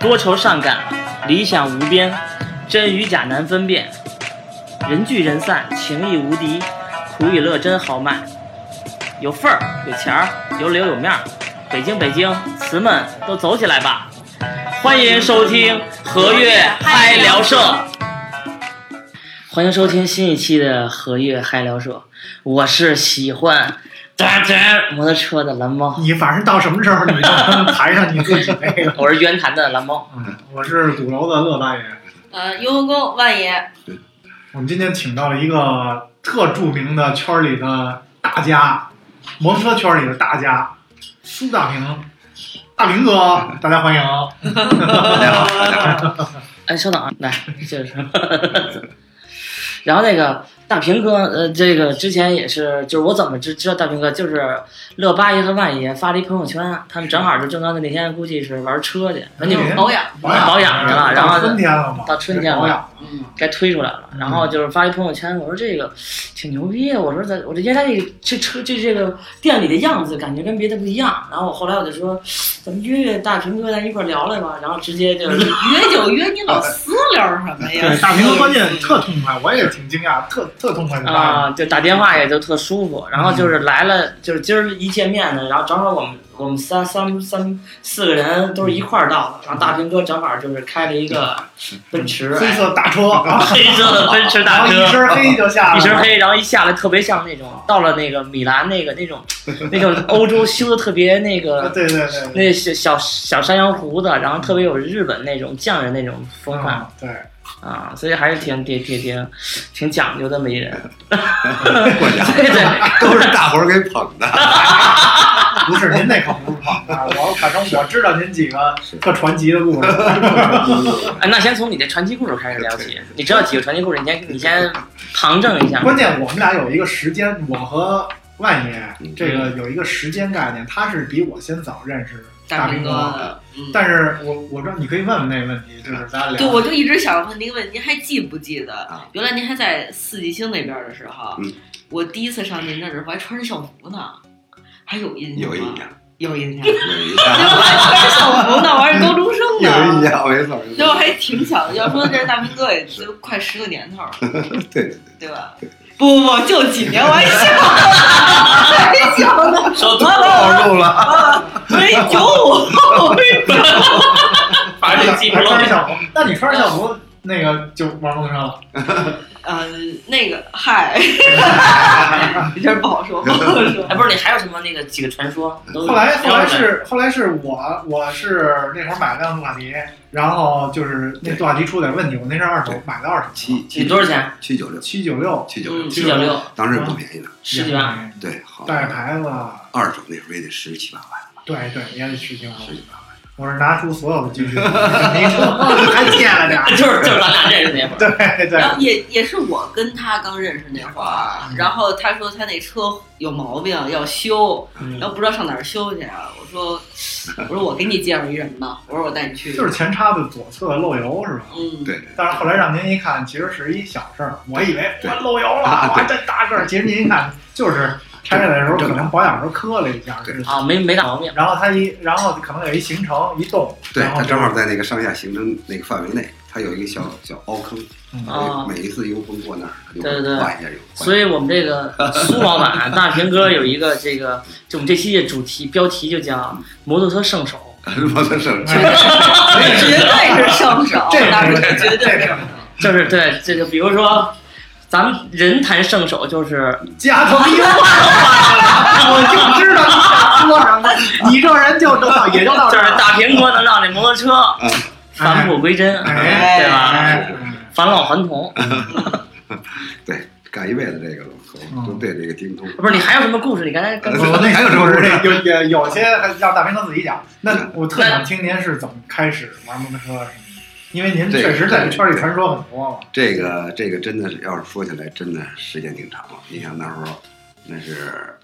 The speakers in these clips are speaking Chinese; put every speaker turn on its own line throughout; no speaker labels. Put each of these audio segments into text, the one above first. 多愁善感，理想无边，真与假难分辨。人聚人散，情谊无敌，苦与乐真豪迈。有份儿，有钱儿，有脸有面儿。北京，北京，词们都走起来吧！欢迎收听和悦嗨聊社，欢迎收听新一期的和悦嗨聊社。我是喜欢
哒哒，
摩托车的蓝猫，
你反正到什么时候你就能谈上你自己那个。
我是渊潭的蓝猫。
嗯， 我是鼓楼的乐大爷。
呃，雍和宫万
哎
爷，
我们今天请到了一个特著名的圈里的大家，摩托车圈里的大家，苏大平，大明哥，大家欢迎。
大家好，大家好。
哎，稍等啊，来，接着说。然后那个大平哥，呃，这个之前也是，就是我怎么知知道大平哥，就是乐八爷和万爷发了一朋友圈，啊他们正好就正刚的那天，估计是玩车去，那你们
保养，
保养去了，然
到
后
春天了嘛，
到春天了
保养。
嗯，
该推出来了。
嗯
然后就是发一朋友圈，我说这个挺牛逼，啊我说咱我这因为他这个这车这这个店里的样子感觉跟别的不一样。然后我后来我就说，咱们约约大平哥咱一块儿聊聊吧。然后直接就
你
是
约就约，你老撕溜儿什么呀
对，？大明哥关键特痛快，我也挺惊讶，特特痛快的答应。
啊，就打电话也就特舒服。然
嗯
后就是来了，就是今儿一见面呢，然后正好我们我们三三三四个人都是一块儿到
嗯
的。然后大平哥正好就是开了一个奔驰，
黑色大车，然后
黑色的奔驰
然
大
后哦一啊哦
哥。
身黑就下来了，
一身黑，然后一下来特别像那种到了那个米兰那个那 种那种欧洲修的特别那
啊。
个
对对对对，
那小小小山羊胡子，然后特别有日本那种匠人那种风范
嗯对。
啊，所以还是挺挺挺挺挺讲究的么一人。
过奖，
对 对，
都是大伙儿给捧 的。
不是，您那可不是捧的，我反正我知道您几个特传奇的故事。
哎，那先从你的传奇故事开始聊起。你知道几个传奇故事？你先你先旁证一下。
关键我们俩有一个时间，我和万爷这个有一个时间概念，他是比我先早认识大
明
明哥。
哥，嗯，
但是我我知道你可以问问那个问题，就是咱俩
对，我就一直想问您问，您还记不记得
啊？
原来您还在四季青那边的时候
嗯，
我第一次上您这儿的时候还穿着校服呢，还有印象
有
吗？
印象，
有印象，
有印
结果
象，
还穿着校服呢，我还是高中生
有印
呢。
象，没错。没
对，我
错
还挺想，要说这是大明哥也都快十个年头了，
对，
对吧？不不不，就几年，我还笑呢， 还笑呢，
手
多了。
暴露 了。
我是九五，我是九
反正记不
还
漏
穿着。校服，那你穿着校服那个就玩风车了，
嗯，那个嗨，这事儿不好说，不好说。
哎，不是，你还有什么那个几个传说？都
后来后来
嗯
是后来是我我是那会儿买了辆杜卡迪，然后就是那杜卡迪出点问题，我那是二手
对
买的二手车，
七
你
七
多少钱？
七九六，
七九六，
七九
嗯
六，
七九六，嗯
当时不便宜的，
十几万。
也
对，好
带着牌子。啊
二手那时候也得十七八万，
对对，也得去听
哦
啊
十几八万。
我是拿出所有的积蓄，没错，还借了 点儿。
就是就是咱俩认识那会儿，
对对
然，后也也是我跟他刚认识那会儿啊
嗯，
然后他说他那车有毛病要修，
嗯
然后不知道上哪儿修去啊。我说，我说我给你介绍一人吧，我说我带你去。
就是前叉子左侧漏油是吧？
嗯，
对，对
但是后来让您一看，其实是一小事儿，我以为
对
我漏油了，
啊
哇，这大事儿。其实您一看，就是拆下来的时候可
正常
能保养的时候磕了一下，
对
是吧
啊，没没大毛病。
然后它一，然后可能有一行程一动，
对，
然后
它
就
正好在那个上下行政那个范围内，它有一个小小凹坑，
嗯
啊
每每一次油封过那儿，它就
对对
会换一下油。
所以我们这个苏老板大平哥有一个这个，就我们这期的主题标题就叫“摩托车圣手
我的手
哎
机
绝对是上手，
这个
那 是绝对
这
是
个。”，
就是对这个，比如说咱们人谈圣手就是
家头一万，我就知道你想说什么，你这人就知道，也就到
就
这
是
儿。
大平哥能让这摩托车返璞归真，
哎
对吧？
哎，
返老还童。
干一辈子这个了，
嗯
我都对这个精通。
不是你还有什么故事？你刚才刚
呃
我那
还有什么事儿
有哎有有些让大明哥自己讲。那我特想听您是怎么开始玩摩托车什么的，因为您确实在这圈里传说很多啊嘛。
这个这个真的是，要是说起来，真的时间挺长了。你想那时候，那是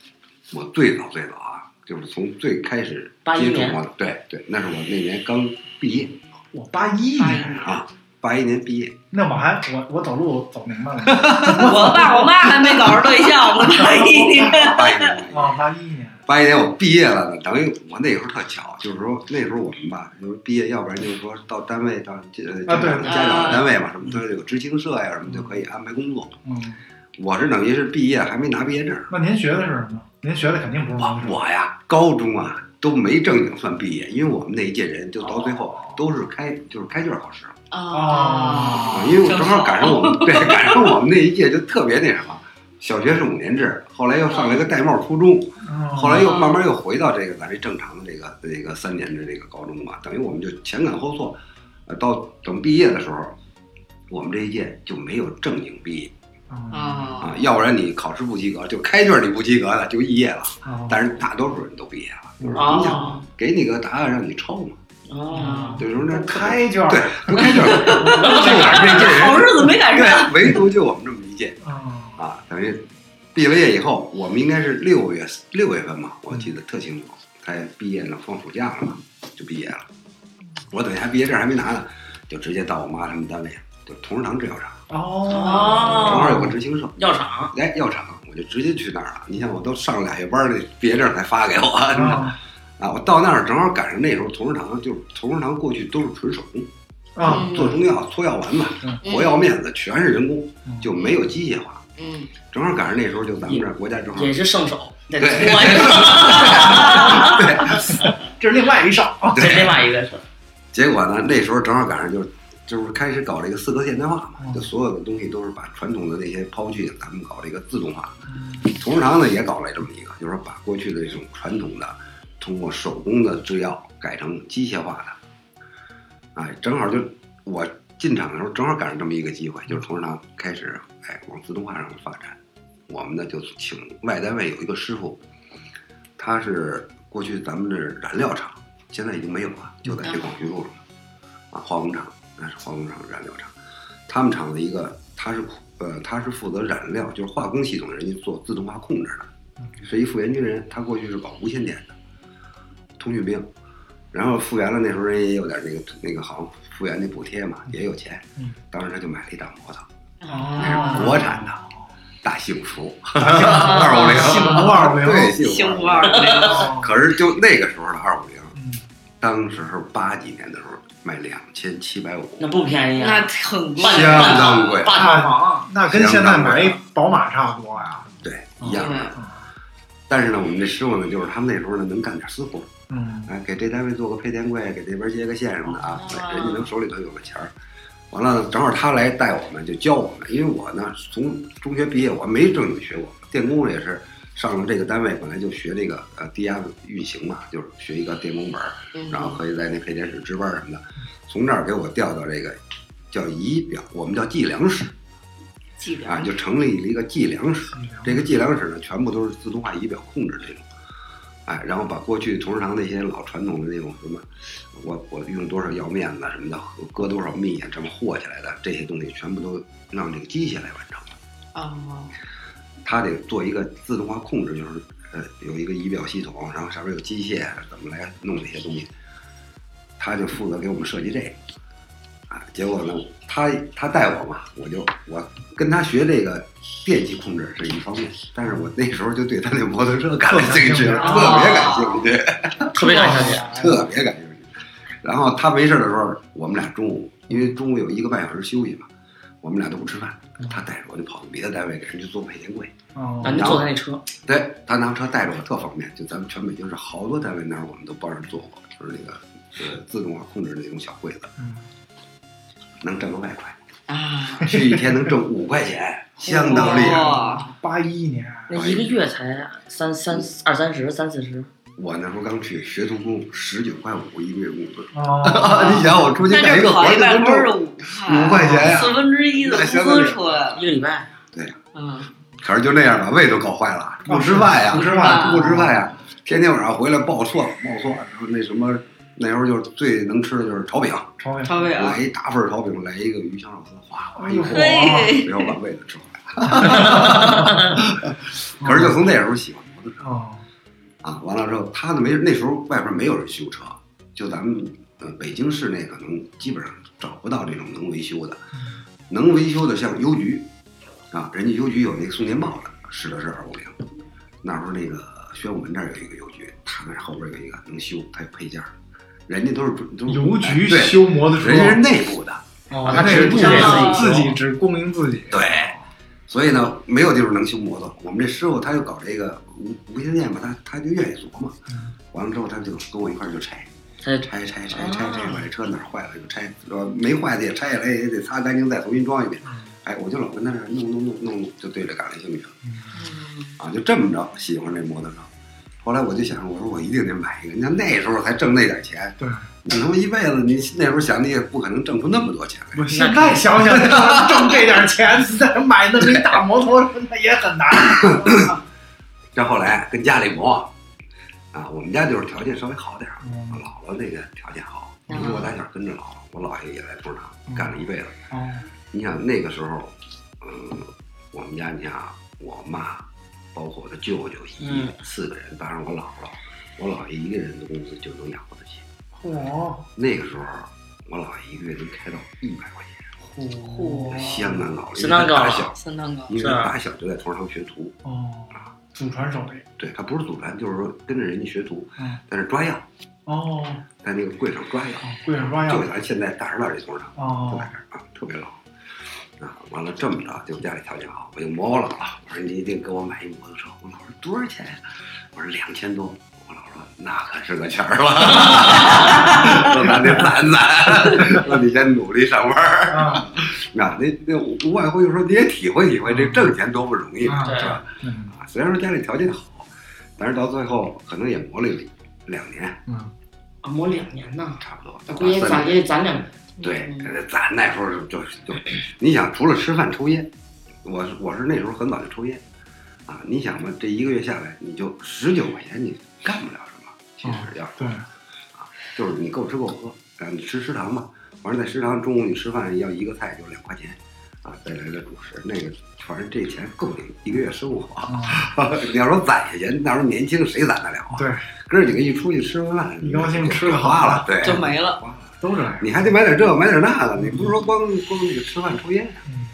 我最早最早啊，就是从最开始
81
接触
年
摩托，对对，那是我那年刚毕业
我八一年，
啊，八一年 毕业，
那我还我我走路走明白 了
我爸我妈还没搞上对象呢，一年。
八一年 我
啊，八一年，
八一年我毕业了，等于我那时候特巧，就是说那时候我们吧，就是毕业，要不然就是说到单位到家呃
啊对
家家
啊
长单位嘛，什么都有知青社呀什么就可以安排工作。
嗯，
我是等于是毕业还没拿毕业证，
那您学的是什么？您学的肯定不是
我
农事，
我呀高中啊都没正经算毕业，因为我们那一届人就到最后都是开就是开卷考试，
啊
哦因为我哦正好赶上我们 对赶上我们那一届就特别那什么，小学是五年制，后来又上了一个戴帽初中，
嗯
后来又慢慢又回到这个咱这正常的这个这个三年的这个高中嘛，等于我们就前赶后错，呃，到等毕业的时候，我们这一届就没有正经毕业
啊
啊
啊，，
要不然你考试不及格，就开卷你不及格的就肄业了，
啊
但是大多数人都毕业了，就是
啊
你想
哦
给你个答案让你抄嘛，
嗯
哦，
有 时候那开
开卷，
对不开卷儿，就我 们这届
好
人
日子没赶上。
对，唯独就我们这么一届
啊，
啊，等于毕了业以后，我们应该是六月六月份吧，我记得特清楚，才毕业呢，放暑假了嘛，就毕业了。我等于还毕业证还没拿呢，就直接到我妈他们单位，就同仁堂制药厂，
哦，
正好有个执行社，
药厂
哎，药厂，我就直接去那儿了。你想，我都上了俩月班了，毕业证才发给我，你知道吗
啊
啊，我到那儿正好赶上那时候同仁堂，就是同仁堂过去都是纯手工，
啊，
做中药、搓药丸子、活药面子，全是人工，就没有机械化。
嗯，
正好赶上那时候，就咱们这儿国家正好
也是圣手，得
对
搓呀，
这是另外一上啊，
这另外一个是
结果呢，那时候正好赶上就是就是开始搞这个四格现代化嘛
嗯，
就所有的东西都是把传统的那些抛弃，咱们搞这个自动化。
嗯
同仁堂呢也搞了这么一个，就是说把过去的这种传统的通过手工的制药改成机械化的。哎，正好就我进厂的时候正好赶上这么一个机会，就是同仁堂开始哎往自动化上发展。我们呢就请外单位有一个师傅，他是过去咱们这儿燃料厂，现在已经没有了，就在这广渠路上，啊，化工厂，那是化工厂、燃料厂，他们厂的一个，他是呃，他是负责燃料，就是化工系统，人家做自动化控制
嗯
的，是一复员军人，他过去是搞无线电的，通讯兵，然后复员了，那时候人也有点那个那个好像复员那补贴嘛，也有钱
嗯，
当时他就买了一大摩托，
哦，
国产的大幸福二五零，
幸福二五零
对，
幸
幸
福
福
二
二五零。
零。
可是就那个时候的二五零，
嗯
当时是八几年的时候卖两千七百五，
那不便宜
那
啊，
很贵
半，
相当贵
半套房，
哦那跟现在买一宝马差不多呀，
对，
哦
一样
对
的。但是呢，我们这师傅呢，就是他们那时候呢能干点私活，
嗯，
哎，给这单位做个配电柜，给这边接个线什么的啊，
哦
人家能手里头有个钱儿。完了，正好他来带我们，就教我们，因为我呢从中学毕业，我没正经学过电工，也是上了这个单位，本来就学这个呃低压运行嘛，就是学一个电工本儿，
嗯
然后可以在那配电室值班什么的。从这儿给我调到这个叫仪表，我们叫计量室
记着
啊，就成立了一个计量室。这个计量室呢，全部都是自动化仪表控制这种，哎，然后把过去同仁堂那些老传统的那种什么，我我用多少药面子什么的，搁多少蜜啊，这么和起来的这些东西，全部都让这个机械来完成。
哦，
它得做一个自动化控制，就是呃有一个仪表系统，然后上面有机械，怎么来弄这些东西，他就负责给我们设计这个。啊，结果呢，他他带我嘛，我就我跟他学这个电气控制是一方面，但是我那时候就对他那摩托车感兴趣，
特
别感兴
特别感兴趣，
哎
特别感兴趣。
特
特别感兴趣。然后他没事的时候，我们俩中午因为中午有一个半小时休息嘛，我们俩都不吃饭，他带着我就跑到别的单位给人去做配电柜。
啊，你就
哦，
坐他那车，
对他拿车带着我特方便，就咱们全北京市好多单位那儿我们都帮着做过，就是那个呃自动化控制那种小柜子，
嗯
能挣个外快，
啊，
去一天能挣五块钱，相当厉害。
哇
八一年，
那一个月才三三二三十三四十，
我那时候刚去学徒工，十九块五一个月工资，
哦，
你想我出去
那
干一
这
个活
跑
儿
一
就
百
能
分是
挣，
五啊
五块钱呀
四分之一的工资出来了，
一个礼拜
嗯，
可是就那样把胃都搞坏了，不吃饭
啊
呀，
不吃饭
不吃饭呀，天天晚上回来暴错暴错，然后那什么那时候就是最能吃的就是炒饼，
朝阳，
超伟啊
来，一大份儿炒饼，来一个鱼香肉丝，哗哗一口
哎
嘿
没，有把胃都吃坏了。可是就从那时候喜欢摩托车，
哦，
啊，完了之后他呢没那时候外边没有人修车，就咱们呃北京市内可能基本上找不到这种能维修的，能维修的像邮局啊，人家邮局有那个送电报的，使的是二五零，那时候那个宣武门这儿有一个邮局，他那后边有一个能修，他有配件儿，人家都是都是哎
邮局
嗯对，
修摩托车，
人家是内部的。
哦，
啊
那是
自
自
己
己自己只供应自己。
对，所以呢，没有地方能修摩托。我们这师傅他就搞这个无无线电嘛，他他就愿意琢磨
嗯。
完了之后，他就跟我一块儿就拆，
他
拆拆拆拆拆，把这车哪儿坏了就拆，呃，没坏的也拆下来，也得擦干净再重新装一遍。哎，我就老跟他那儿弄弄弄弄，就对着感了兴趣了
嗯
啊，就这么着喜欢这摩托车。后来我就想，我说我一定得买一个。你看那时候才挣那点钱，
对，
你他妈一辈子，你那时候想你也不可能挣出那么多钱来。
我现在想 想，挣这点钱再买那么一大摩托，那也很 难。
这后来跟家里磨，啊，我们家就是条件稍微好点儿，
哦
我姥姥那个条件好，因为我打小跟着姥姥，我姥爷也在工厂
嗯
干了一辈子。
哦，
你想那个时候，嗯，我们家你想啊我妈，包括我的舅舅姨
嗯
四个人，当然我姥姥，我姥爷一个人的工资就能养活得起。
嚯
那个时候，我姥爷一个月能开到一百块钱，
哦
嚯，
相当高了，
相当高
因为他打小，
三蛋糕，
因为
是
他
啊
打小就在同上学徒，
哦，祖传手艺。
对他不是祖传，就是说跟着人家学徒
嗯，
但是抓药。
哦，
在那个柜上抓药，
贵人抓药
就。咱现在大石栏这广场，就
哦
在，这儿啊，特别老。啊，完了这么着，就家里条件好，我就磨我姥姥，我说你一定给我买一摩托车。我姥说多少钱呀、我说两千多。我姥说那可是个钱儿了， 说咱得攒攒，说你先努力上班儿。
啊，
啊，那那无外乎就说你也体会体会这挣钱多不容易嘛，
嗯
是吧？
嗯
啊，虽然说家里条件好，但是到最后可能也磨了有两年，
嗯，
啊磨两年呢，
差不多。
那估计
三
攒
年
也得攒两年。
对
嗯，
咱那时候就就，你想除了吃饭抽烟，我是我是那时候很早就抽烟，啊，你想吧，这一个月下来，你就十九块钱，你干不了什么。其实要、
嗯对，
就是你够吃够喝，啊，你吃食堂嘛，完了在食堂中午你吃饭要一个菜就两块钱，啊，再来个主食，那个反正这钱够你一个月生活。
啊，
你要说攒下钱，那时候年轻谁攒得了啊？
对，
哥儿几个一出去吃完饭，
一高兴吃个好
花了，对，
就没了。
花了。
都这样。
你还得买点这买点那个，你不是说光光那个吃饭抽烟？啊
嗯，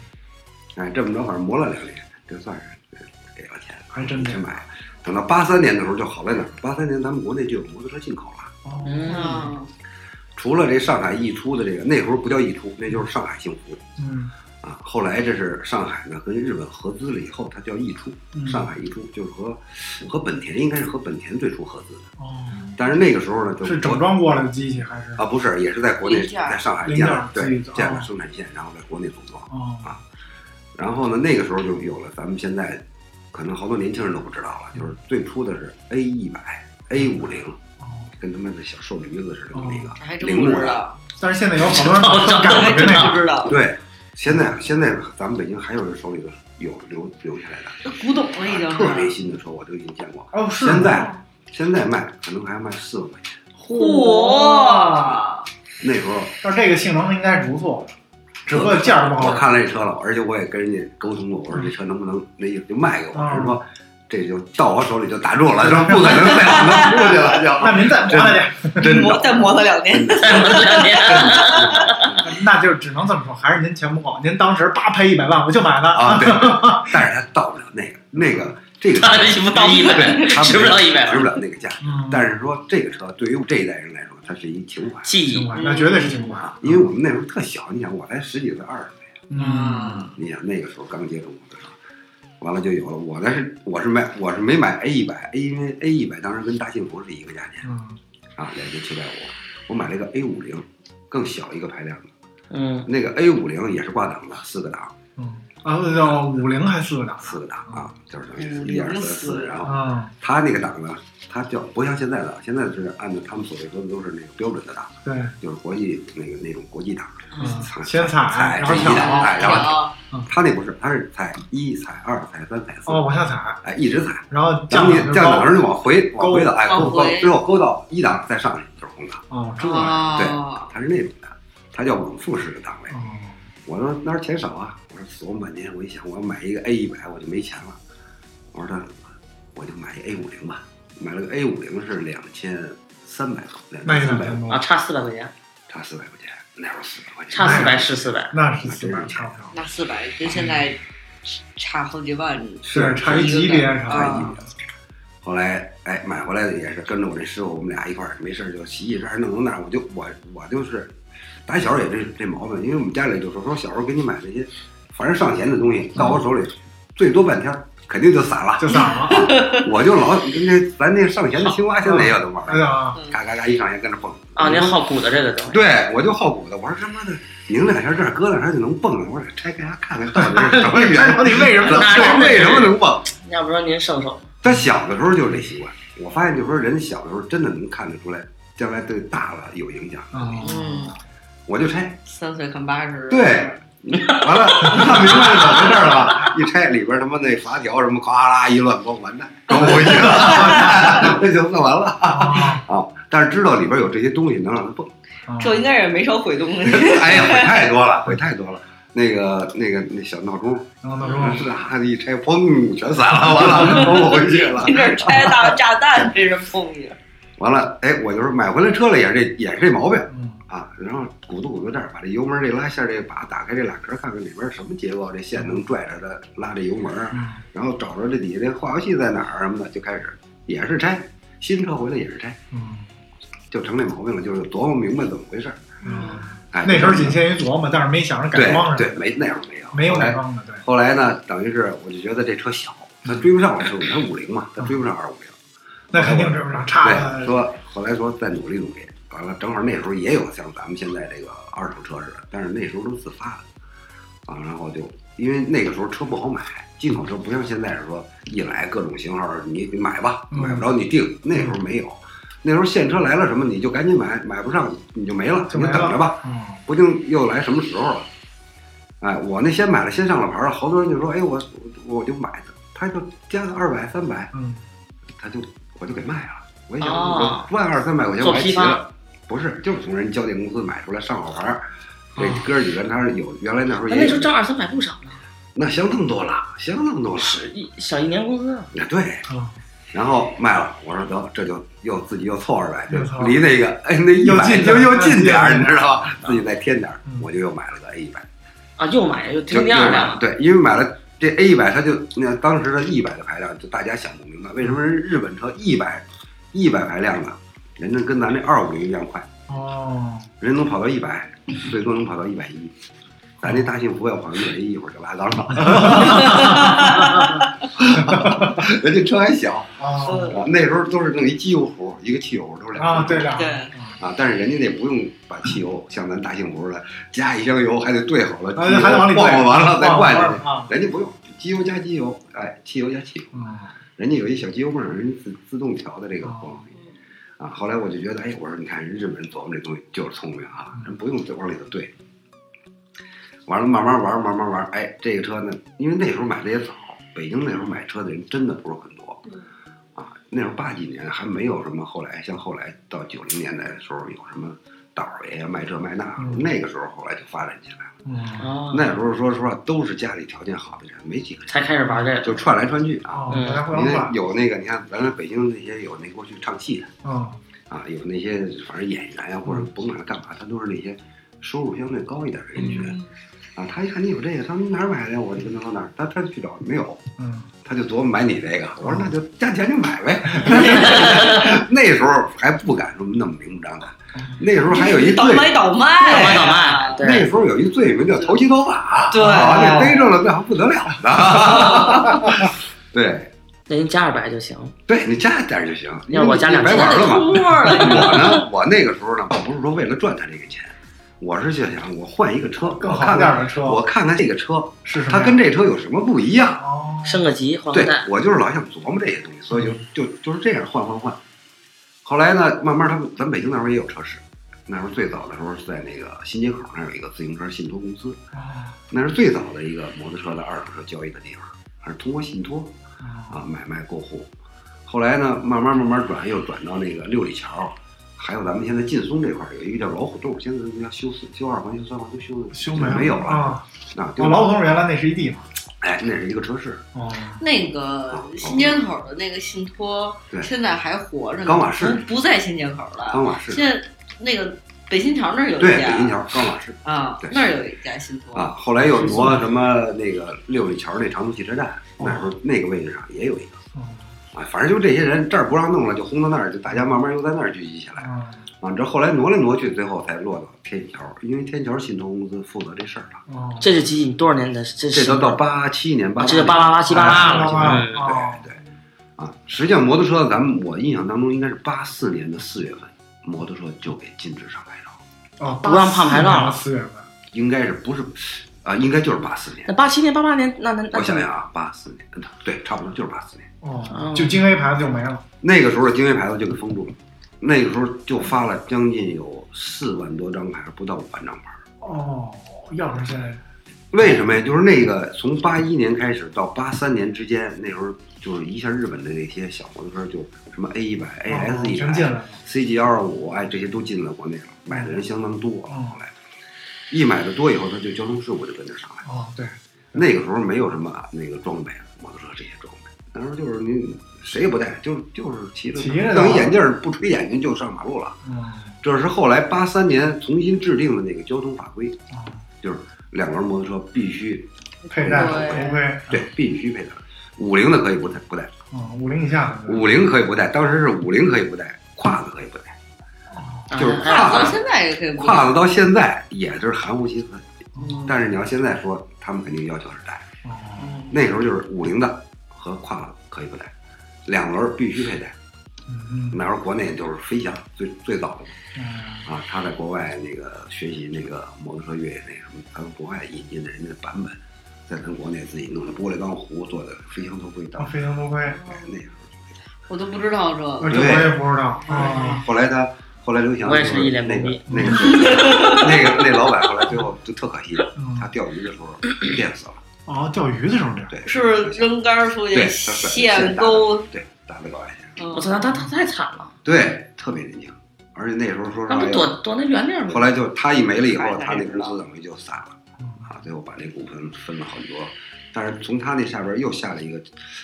哎，这么着反正磨了两年，这算是呃给了钱，
还真
去
的。
买。等到八三年的时候就好在哪儿？八三年咱们国内就有摩托车进口了，
哦，
嗯，
嗯，
除了这上海易出的这个，那时候不叫易出，那就是上海幸福
嗯
啊。后来这是上海呢跟日本合资了以后，它叫易出，
嗯，
上海易出就是和和本田应该是和本田最初合资的，
哦，
但是那个时候呢就是
整
国
装过来的机器还是？
啊不是，也是在国内
零件儿
在上海
零
建
件
了
儿自
对
己造
建了生产线，然后在国内组装。
哦，
然后呢，那个时候就有了咱们现在可能好多年轻人都不知道了，就是最初的是 A 一百、A 五零，
哦，
跟他妈的小瘦驴子似的那么一个
这还真
铃
不
木
知
的。
道，
但是现在有好多人都
还
感觉
真
那
不
个，
知道，
对，现在现在咱们北京还有人手里的有留留下来的，
这古董了已经
特别
是。
新的车我都已经见过。
哦，是
现在现在卖可能还卖四十块钱，
嚯！
嚯！
那时候
但是这个性能应该是不错的，只不过价儿不好
我。看了这车了，而且我也跟人家沟通过，我说这车能不能那意思就卖给我，
嗯
人说这就到我手里就打住了，说不可能再 往那出去了，
那
就
您再磨它去，
真
磨
的。
再磨它两年，
再磨 两 年。
那就只能这么说，还是您钱不够。您当时叭赔一百万，我就买了。
啊，对，但是他到不了那个那个这个
他不到一百
对他
值不到一百
值不了那个价。
嗯，
但是说这个车对于这一代人来说，它是一情怀
记
情
忆，
怀那绝对是情怀。
啊，因为我们那时候特小，你想我才十几岁、二十岁，
嗯，
你想那个时候刚接触摩托车，完了就有了。我那是我是买我是没买 A 一百，因为 A 一百当时跟大幸福是一个价钱
嗯，
啊，两千七百五，我买了一个 A 五零，更小一个排量的，
嗯，
那个 A 五零也是挂档的，四个档。
嗯，啊，那叫五零还四个档
四个档啊，就是等
嗯
于一二三四，然后
啊？
他那个档呢，他叫不像现在的，现在是按照他们所谓说的都是那个标准的档，
对，
就是国际那个那种国际档，
嗯
踩
先踩，然后
这一
挑
档，，哎然后
啊，
他那不是，他是踩一、踩二、踩三、踩四，
哦，往下踩，
哎，一直踩，
然后
然
降
后你
档
降档
高。
上就往回往回的，哎，
往
勾勾
回，
最后勾到一档再上去就是空档，
哦，这样。
哦，
他是那种的，他叫往复式的档位。
哦，
我说那时候钱少啊，我说琢磨半天，我一想我要买一个 A 一百我就没钱了，我说那我就买一 A 五零吧，买了个 A 五零是两千三百多，两
那也
千
两
三百
千
多，
啊，
多，
差四百块钱，
差四百块钱，那会儿四百块钱，
差四百是四百，
那是四百差不多，
那四百跟现在差好几万，
是差一级
嗯
别啥
差
的。
一级别。后来，哎，买回来的也是跟着我这师傅，我们俩一块儿没事儿就洗洗这儿弄弄那儿，我就我我就是，打小也这这毛病，因为我们家里就说说小时候给你买那些，反正上钱的东西，到我手里最多半天儿肯定就散了，
就散了，
我就老那咱那上弦的青蛙现在也有那玩
哎
儿，
呀，
嘎嘎嘎一上弦跟着蹦
啊，您。好鼓的这个东西，
对，我就好鼓的，我说他妈的拧两下这儿，搁两下就能蹦了，我得拆开它啊看看到底是什么原
哎到
因，
底为什么呢？
那真的
为什么能蹦？
要不说您圣手，
他小的时候就是这习惯，我发现就是说人小的时候真的能看得出来，将来对大了有影响。
嗯，
嗯，
我就拆，
三岁看八十，
对，完了看明白怎么回事了吧？一拆里边他妈那罚条什么，哗啦一乱蹦，完蛋，搞不回去了，那就算完了。
啊
啊，但是知道里边有这些东西能让他蹦。
啊
这应该也没少毁东 西。
哎呀，毁太多了，毁太多了。那个那个那小闹钟，
然后到时候
是啊，一拆，砰，全散了，完了，我回去了
你。这拆大炸弹，这是碰一下。
完了，哎，我就是买回来车了，也是这也是这毛病
嗯，
啊。然后鼓捣鼓捣这儿，把这油门这拉线这把打开这俩壳，看看里边什么结构，这线能拽着它拉这油门，
嗯
然后找着这底下这化油器在哪儿什么的，就开始也是拆。新车回来也是拆，
嗯
就成这毛病了，就是琢磨明白怎么回事儿。
嗯，
哎，
那时候仅限于琢磨，但是没想着改装是
对
吧？
对，没那会儿没有，
没有
后来
改装的，对，
后来呢，等于是我就觉得这车小，它追不上我车，它五零嘛，它追不上二五零。
那肯定是不是差
对，
了？
说后来说再努力努力，完了正好那时候也有像咱们现在这个二手车似的，但是那时候都自发的啊，然后就因为那个时候车不好买，进口车不像现在是说一来各种型号你你买吧，
嗯
买不着你定，那时候没有。那时候现车来了什么你就赶紧买，买不上你就没了，
就
你
没
等着吧。
嗯，
不定又来什么时候了。哎，我那先买了，先上了牌儿，好多人就说，哎，我我我就买，他就加个二百三百，
嗯，
他就我就给卖了。我一想，
哦
我万二三百块钱我
做
还
批
齐
发
了，不是，就是从人交电公司买出来上好牌儿。这哥儿几个他是有，原来那时候
哎
也
哦那时候挣
有，
二三百不少呢，
那相当多了，相当多了。
是一小一年工资啊，
也对，
啊，
然后卖了，我说得，这就又自己又凑二百，就
又凑
离那个哎那一
嗯又
百
近
就
点儿
又近点儿，你知道吧？
嗯
自己再添点儿
嗯，
我就又买了个 A 一百。
啊又买又
就
听第二辆了，
对，因为买了这 A 一百，它就那当时的一百的排量，就大家想不明白，为什么人日本车一百一百排量的，人家跟咱这二五零一样快，
哦，
人能跑到一百，最多能跑到一百一。咱这大幸福要跑一百一，一会儿就拉缸了。 人家车还小
啊
啊，那时候都是弄一机油壶，一个汽油壶都是两
啊，
升
对了，
对
啊，但是人家那不用把汽油像咱大幸福似的加一箱油，还得兑好了，
啊，还得往里灌，
晃晃完了再灌进去。
啊，
人家不用机油加机油，哎，汽油加汽油，
嗯，
人家有一小机油泵，人家自自动调的这个
哦
光啊。后来我就觉得，哎，我说你看人日本人琢磨这东西就是聪明啊，人不用再往里头兑。完了，慢慢玩，慢慢玩，哎，这个车呢，因为那时候买的也早，北京那时候买车的人真的不是很多
嗯
啊。那时候八几年还没有什么后来，像后来到九零年代的时候有什么倒爷呀、卖这卖那，
嗯
那个时候后来就发展起来了。
嗯，
啊，
那时候说实话，都是家里条件好的人，没几个人。
才开始玩这个，
就串来串去啊。
哦，
嗯
来互
你
相
看
灌，
有那个，你看咱们北京那些有那过去唱戏的
嗯，
啊，有那些反正演员呀，啊或
嗯
者甭管他干嘛，他都是那些收入相对高一点的人群
嗯
啊。他一看你有这个，他哪儿买的呀？我就跟他说哪儿，他他去找没有，
嗯，
他就琢磨买你这个。我说
嗯
那就
哦
加钱就 买呗。那时候还不敢说那么明目张胆，
嗯
那时候还有一
倒
罪，
卖倒卖，啊
倒卖倒卖，
哎那
对，
时候有一罪名叫投机倒把，
对哦
啊，这逮着了那还不得了呢。 对，
那您加二百就行，
对你加点儿就行，因
要
为
我
你
加
你
两
白
千
玩了嘛。
出了，
我呢，我那个时候呢，不是说为了赚他这个钱，我是就想我换一个车，
更
我
好
看
一点
看
的车，
我看看这个车，
是什么
它
样？
跟这车有什么不一样？
哦，
升个级换个
对
代，
我就是老想琢磨这些东西，所以
嗯
就就就是这样换换换。后来呢，慢慢他们咱北京那会儿也有车市，那时候最早的时候是在那个新街口那儿有一个自行车信托公司，
哦
那是最早的一个摩托车的二手车交易的地方，还是通过信托。啊，买卖过户。后来呢，慢慢慢慢转，又转到那个六里桥，还有咱们现在劲松这块儿有一个叫老虎洞，现在要修四、修二环、修三环都修
修
没
有
有了
啊？
啊，
哦，
对吧
老总原来那是一地方，
哎，那是一个车市，
哦，
那个新街口的那个信托
对
现在还活着呢，
钢瓦市
不不在新街口了，
钢瓦市，
现在那个北新桥那儿有一
对，北新
家
桥钢瓦市
啊
对，
那儿有一家信托
啊。后来又挪什么那个六里桥那长途汽车站，
哦
那时候那个位置上也有一个
哦
啊，反正就这些人这儿不让弄了，就轰到那儿，就大家慢慢又在那儿聚集起来。
啊
啊，这后来挪来挪去，最后才落到天桥，因为天桥信托公司负责这事儿了。
哦，
这是几几多少年的？这
这
是
都到八七年八，
啊这就八八八七八八了
哎
已经
啊
嗯
啊
对对啊，实际上摩托车，咱们我印象当中应该是八四年的四月份，摩托车就给禁止上牌照，
哦，
不让判牌照了
四月份，
应该是不是啊？应该就是八四年
那，八七年、八八年，那那那
我想想啊，八四年，嗯对，差不多就是八四年。
哦
哦，
就京 A 牌子就没了，
那个时候的京 A 牌子就给封住了，那个时候就发了将近有四万多张牌，不到五万张牌。
哦，要不然现在
为什么呀？就是那个从八一年开始到八三年之间，那时候就是一下日本的那些小摩托车就什么 A E 一百、
哦
AS 一
全进来
百、
了，
CG 幺二五，哎，这些都进了国内了，买的人相当多了。
嗯
后来一买的多以后，它就交通事故就跟着上来了。
哦，对，
那个时候没有什么那个装备，摩托车这些装备，那时候就是你谁也不带，就就是骑着
骑着
瞪一
呢
眼镜儿不吹眼睛就上马路了。
嗯，
这是后来八三年重新制定的那个交通法规，
哦
就是两轮摩托车必须
佩戴
对
头盔，
对，必须佩戴。五菱的可以不戴，不戴；
嗯，五零以下的，
五菱可以不戴，当时是五菱可以不戴，胯子可以不戴。就是
啊
跨
胯子到现在也可以不
胯子到现在也是含糊其辞，
嗯
但是你要现在说，他们肯定要求是戴。
哦，
嗯
那时候就是五菱的和胯子可以不戴，两轮必须佩戴。
嗯
那时候国内就是飞翔最最早的
嗯，
啊，他在国外那个学习那个摩托车越野那什么，他从国外引进的人家的版本，在咱国内自己弄的玻璃钢弧做的飞行头盔，当
啊，
时
飞行头盔，
那时候。
我都不知道这
我
个
这我也不知道啊，
后来他后来刘翔
我也是一脸
那
懵
个
逼
那个那个那老板后来最后就特可惜，他
嗯，
钓鱼的时候电死了，
哦，钓鱼的时候这样，
对，
是不是扔杆儿出
对
去
他
线
线
钩？，
对打了个外线，
嗯
我操，那他他太惨了，
对，特别年轻，而且那时候说
那不
实话，
躲躲那远点儿吗？
哎后来就他一没了以后
哎，那
他那
也不知
公
道
司等于就散了
嗯
啊，最后把那股份分了好几多。但是从他那下边又下了一个，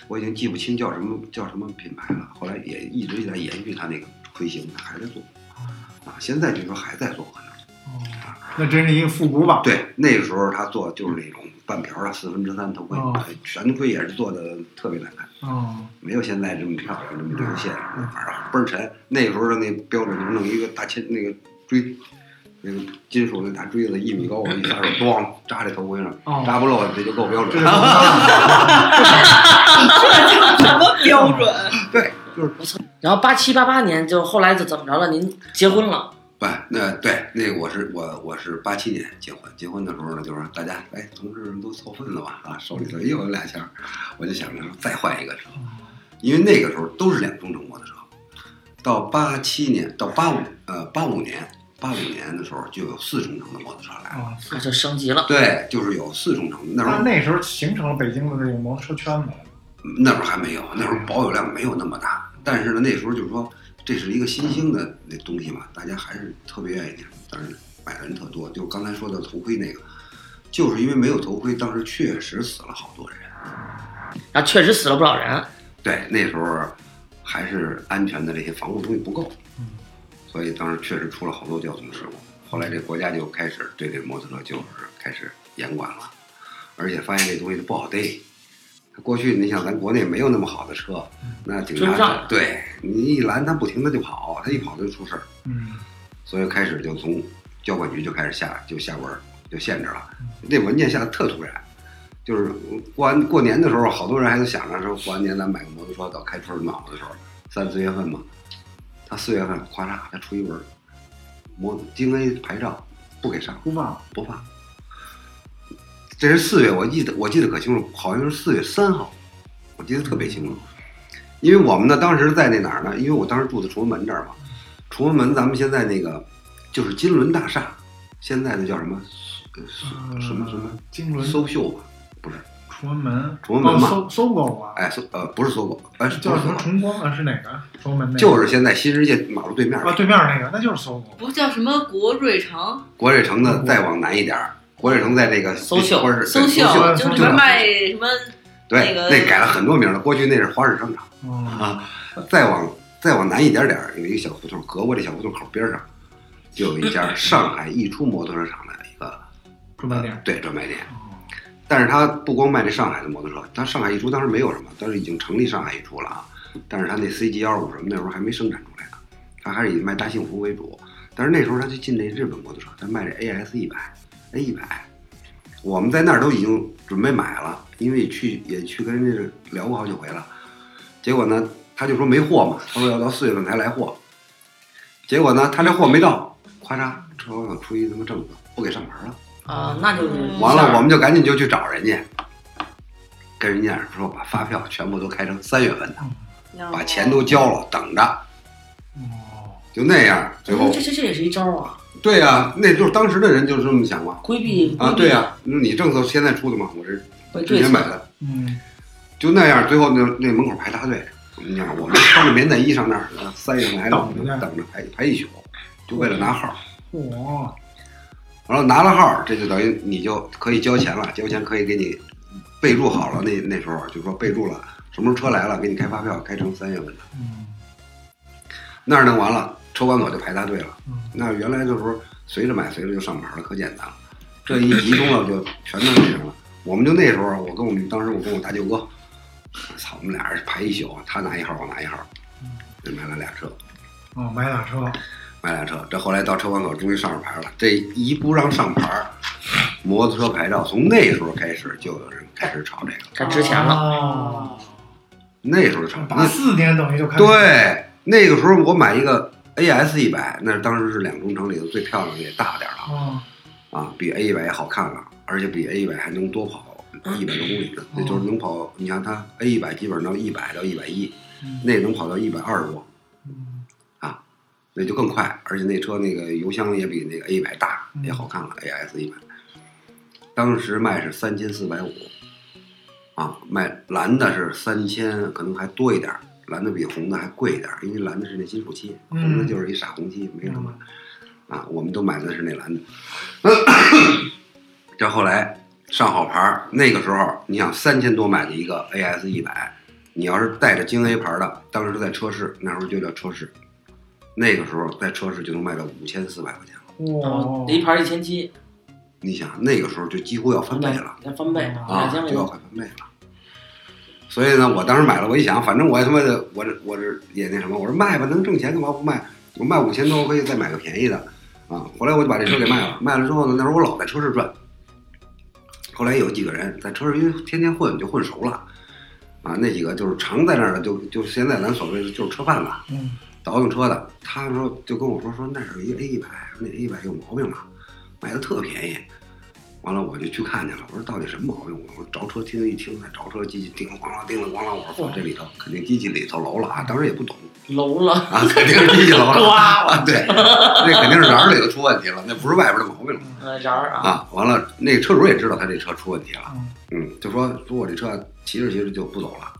我已经记不清叫什么叫什么品牌了。后来也一直在延续他那个推行，他还在做啊，现在据说还在做，可能。
哦，那真是一个复古版，
对，那个时候他做就是那种半瓢的四分之三头盔
哦，
全盔也是做的特别难看，
嗯，
没有现在这么漂亮，这么流线，反正倍儿沉。那个时候的那标准就是弄一个大铅那个锥，那个金属那大锥子一米高，我一撒手咣扎这头盔上，
哦，
扎不漏这就够标
这
准
是
了。
什么标 准？
对，就是
然后八七八八年就后来就怎么着了？您结婚了，
不，哎那对，那个我是我我是八七年结婚，结婚的时候呢，就是大家哎，同事们都凑份子吧，啊，手里头也有俩钱儿，我就想着再换一个车，因为那个时候都是两冲程摩托车。到八七年到八五呃八五年八五年的时候，就有四冲程的摩托车来了。
啊，
啊就升级了。
对，就是有四冲程，那时
那
候
那时候形成了北京的这个摩托车圈子，
那时候还没有，那时候保有量没有那么大，但是呢，那时候就是说这是一个新兴的那东西嘛，大家还是特别愿意点，但是买的人特多。就刚才说的头盔那个，就是因为没有头盔，当时确实死了好多人。
然后确实死了不少人，
对，那时候还是安全的这些防护东西不够
嗯，
所以当时确实出了好多交通事故。后来这国家就开始对这摩托车就是开始严管了，而且发现这东西不好逮。过去你想咱国内没有那么好的车，那警
嗯追不
察
上
对你一拦他不停的就跑，他一跑就出事儿，
嗯，
所以开始就从交管局就开始下就下文儿就限制了。那文件下的特突然，就是过完过年的时候，好多人还都想着说过完年咱买个摩托车，到开春暖和的时候，三四月份嘛，他四月份咔嚓他出一文儿，摩京 A 牌照不给上，
不放，
不怕。这是四月，我记得我记得可清楚，好像是四月三号，我记得特别清楚。因为我们呢，当时在那哪儿呢？因为我当时住的崇文门这儿嘛，崇文门咱们现在那个就是金轮大厦，现在的叫什么？呃
呃
什么什么？
金轮
搜秀吧？不是，
崇文门，
崇文门
哦
嘛
搜搜狗啊，
哎，搜呃不是搜狗，哎是不
叫
是
什
搜
么
狗？
崇光啊？是哪个？崇文门那哦个？
就是现在新世界马路对面儿
啊，对面那个，那就是搜狗。
不叫什么国瑞城？
哦
国瑞城的，再往南一点儿火腿城在这个
搜秀
或者是
搜
对
秀
搜秀
就是里
对
边卖什么
对
那个
那改了很多名了，过去那是花市商场
嗯，
啊， 再往再往南一点点儿有一个小胡同，隔过这小胡同口边上就有一家上海易出摩托车厂的一个
专卖店。
对专卖店。
哦
但是他不光卖这上海的摩托车，他上海一出当时没有什么，当时已经成立上海一出了啊。但是他那 CG 幺五什么那时候还没生产出来呢，他还是以卖大幸福为主。但是那时候他就进那日本摩托车，他卖这 AS 一百 A 一百，我们在那儿都已经准备买了，因为去也去跟人家聊过好几回了。结果呢，他就说没货嘛，他说要到四月份才来货。结果呢，他这货没到，咔嚓，车管出一他妈政策，不给上牌了。
啊，那就是
完了，我们就赶紧就去找人家，跟人家说把发票全部都开成三月份的， 把钱都交了，等着，
哦，
就那样。最后，
这这这也是一招啊，
对呀、那就是当时的人就是这么想嘛。
规避
啊，对呀、，你政策现在出的嘛，我这
规避嗯
之
对
前
策
买的，
嗯，
就那样。最后那那门口排大队，你想我们穿着棉内衣上那儿塞上来了，等着排排一宿，就为了拿号。
哇，
完了拿了号，这就等于你就可以交钱了，交钱可以给你备注好了。那那时候就说备注了，什么时候车来了，给你开发票，开成三月份的。
嗯
那儿弄完了，车管所就排大队了。
嗯，
那原来就是说随着买随着就上牌了，可简单了。这一集中了就全都那什么了。我们就那时候，我跟我们当时我跟我大舅哥，操，我们俩人排一宿，啊他拿一号，我拿一号，就买了俩车。
哦，买俩车，
买俩车。这后来到车管所终于上上牌了，这一不让上牌，摩托车牌照从那时候开始就有人开始炒这个，
该值钱了，
哦，
那时候炒
八
那
四年等于就开始，
对那个时候我买一个 AS 一百，那当时是两中城里头最漂亮的也大点儿了
哦，
啊，比 A 一百也好看了，而且比 A 一百还能多跑。一百多公里的，那就是能跑。你看它 A 一百基本上到一百到一百一，
嗯
那能跑到一百二十多，
嗯
那就更快，而且那车那个油箱也比那个 A 百大，
嗯
也好看了，AS 一百。当时卖是三千四百五，啊，卖蓝的是三千，可能还多一点儿，蓝的比红的还贵一点儿，因为蓝的是那金属漆，
嗯
红的就是一傻红漆，没什么
嗯
啊。我们都买的是那蓝的。 这后来上好牌儿，那个时候你想三千多买的一个 AS 一百，你要是带着京 A 牌儿的，当时在车市，那时候就叫车市，那个时候在车市就能卖到五千四百块钱了。
哇，
哦一盘一千七，
你想那个时候就几乎要翻倍了，
要翻倍，
啊
两，千
就
了
要
都，
快翻倍了。所以呢，我当时买了，我一想，反正我他妈的，我这我这也那什么，我说卖吧，能挣钱干嘛不卖？我卖五千多，我可以再买个便宜的啊。后来我就把这车给卖了，卖了之后呢，那时候我老在车市转。后来有几个人在车市，因为天天混就混熟了，啊，那几个就是常在那儿的，就就现在咱所谓的就是车贩子，
嗯
倒腾车的，他说就跟我说说那儿有一 A 一百，那 A 一百有毛病了，买的特便宜。完了我就去看去了，我说到底什么毛病？我说着车听一听，那着车机器叮了咣啷叮了咣啷，我说这里头肯定机器里头楼了啊，当时也不懂
楼了，
啊，肯定是机器 楼了
哇，
啊，对，那肯定是哪儿里头出问题了，那不是外边的毛病了
呃，人儿啊，
啊。完了，那个车主也知道他这车出问题了，
嗯
嗯，就说说我这车骑着骑着就不走了，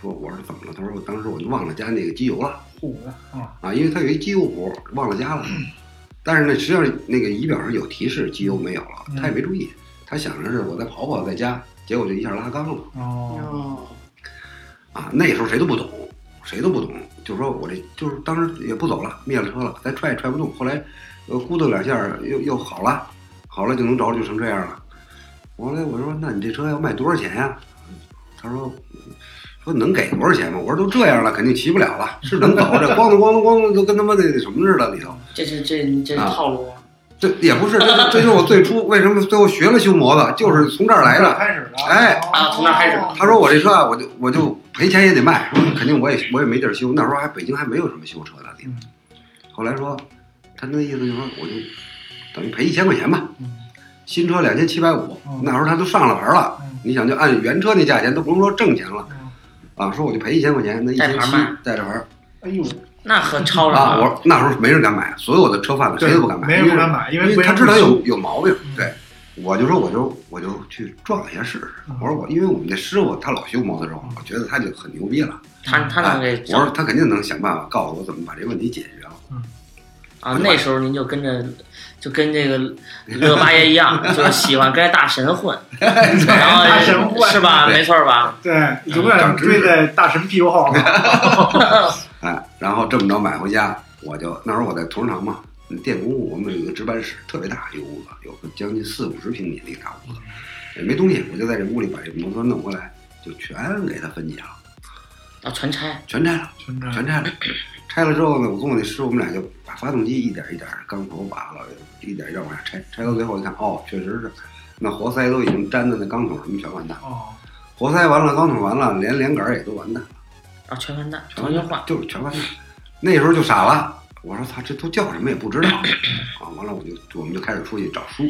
说我说怎么了？他说我当时我就忘了加那个机油了。
嚯啊，
啊，因为它有一机油谱，忘了加了。但是呢，实际上那个仪表上有提示机油没有了，
嗯
他也没注意，他想着是我再跑跑再加，结果就一下拉缸了
哦，
啊！那时候谁都不懂，谁都不懂，就说我这就是当时也不走了，灭了车了，再踹也踹不动。后来呃咕嘟两下儿又又好了，好了就能着就成这样了。后来我说那你这车要卖多少钱呀、他说。说能给多少钱吗？我说都这样了，肯定骑不了了，是能走这咣当咣当咣当，都跟他妈那那什么似的里头。
这是这这是
啊
套路啊，
这也不是，这这这就是我最初为什么最后学了修摩托，就是从这儿来的。
开始的，
哎
啊从那儿开始
他说我这车啊，我就我就赔钱也得卖，说肯定我也我也没地儿修，那时候还北京还没有什么修车的地
嗯
方。后来说，他那意思就是说，我就等于赔一千块钱吧，
嗯
新车两千七百五
嗯，
那时候他都上了牌了，
嗯
你想就按原车那价钱都不用说挣钱了
嗯
啊，说我就赔一千块钱，那一
带
千
牌
七
卖
带着牌儿
哎呦，
那可超了
啊，我说那时候没人敢买，所有的车贩子谁都不敢买，
没人敢买，因
因为
不
他
然
知道
会
有
输，
有毛病
嗯，
对，我就说我就我就去撞一下试试
嗯。
我说我因为我们这师傅他老修摩托车
嗯，
我觉得他就很牛逼了。
他他能
哎
给
我说他肯定能想办法告诉我怎么把这问题解决了
嗯。
哎
啊，那时候您就跟着，就跟这个乐八爷一样，就是喜欢跟着大神 混，然后
大神混
哎是吧？
对
没错儿吧？
对，永远追在大神屁股后头。
哎，然后这么着买回家，我就那时候我在屠城厂嘛，电工我们有一个值班室，特别大一个屋子，有个将近四五十平米的一个大屋
嗯
子，也没东西，我就在这屋里把这摩托弄过来，就全给他分解了，
啊，全拆，
全拆了，
真的，
全拆了。拆了之后呢，我跟我那师傅我们俩就把发动机一点一点钢头拔了，一点一点往下拆，拆到最后一看，哦，确实是，那活塞都已经粘在那钢筒上面全完蛋了，
哦，
活塞完了，钢筒完了，连连杆儿也都完蛋。
啊，全完蛋，
全
重新换。
就是全完蛋。那时候就傻了，我说他这都叫什么也不知道啊！完了，我就我们就开始出去找书，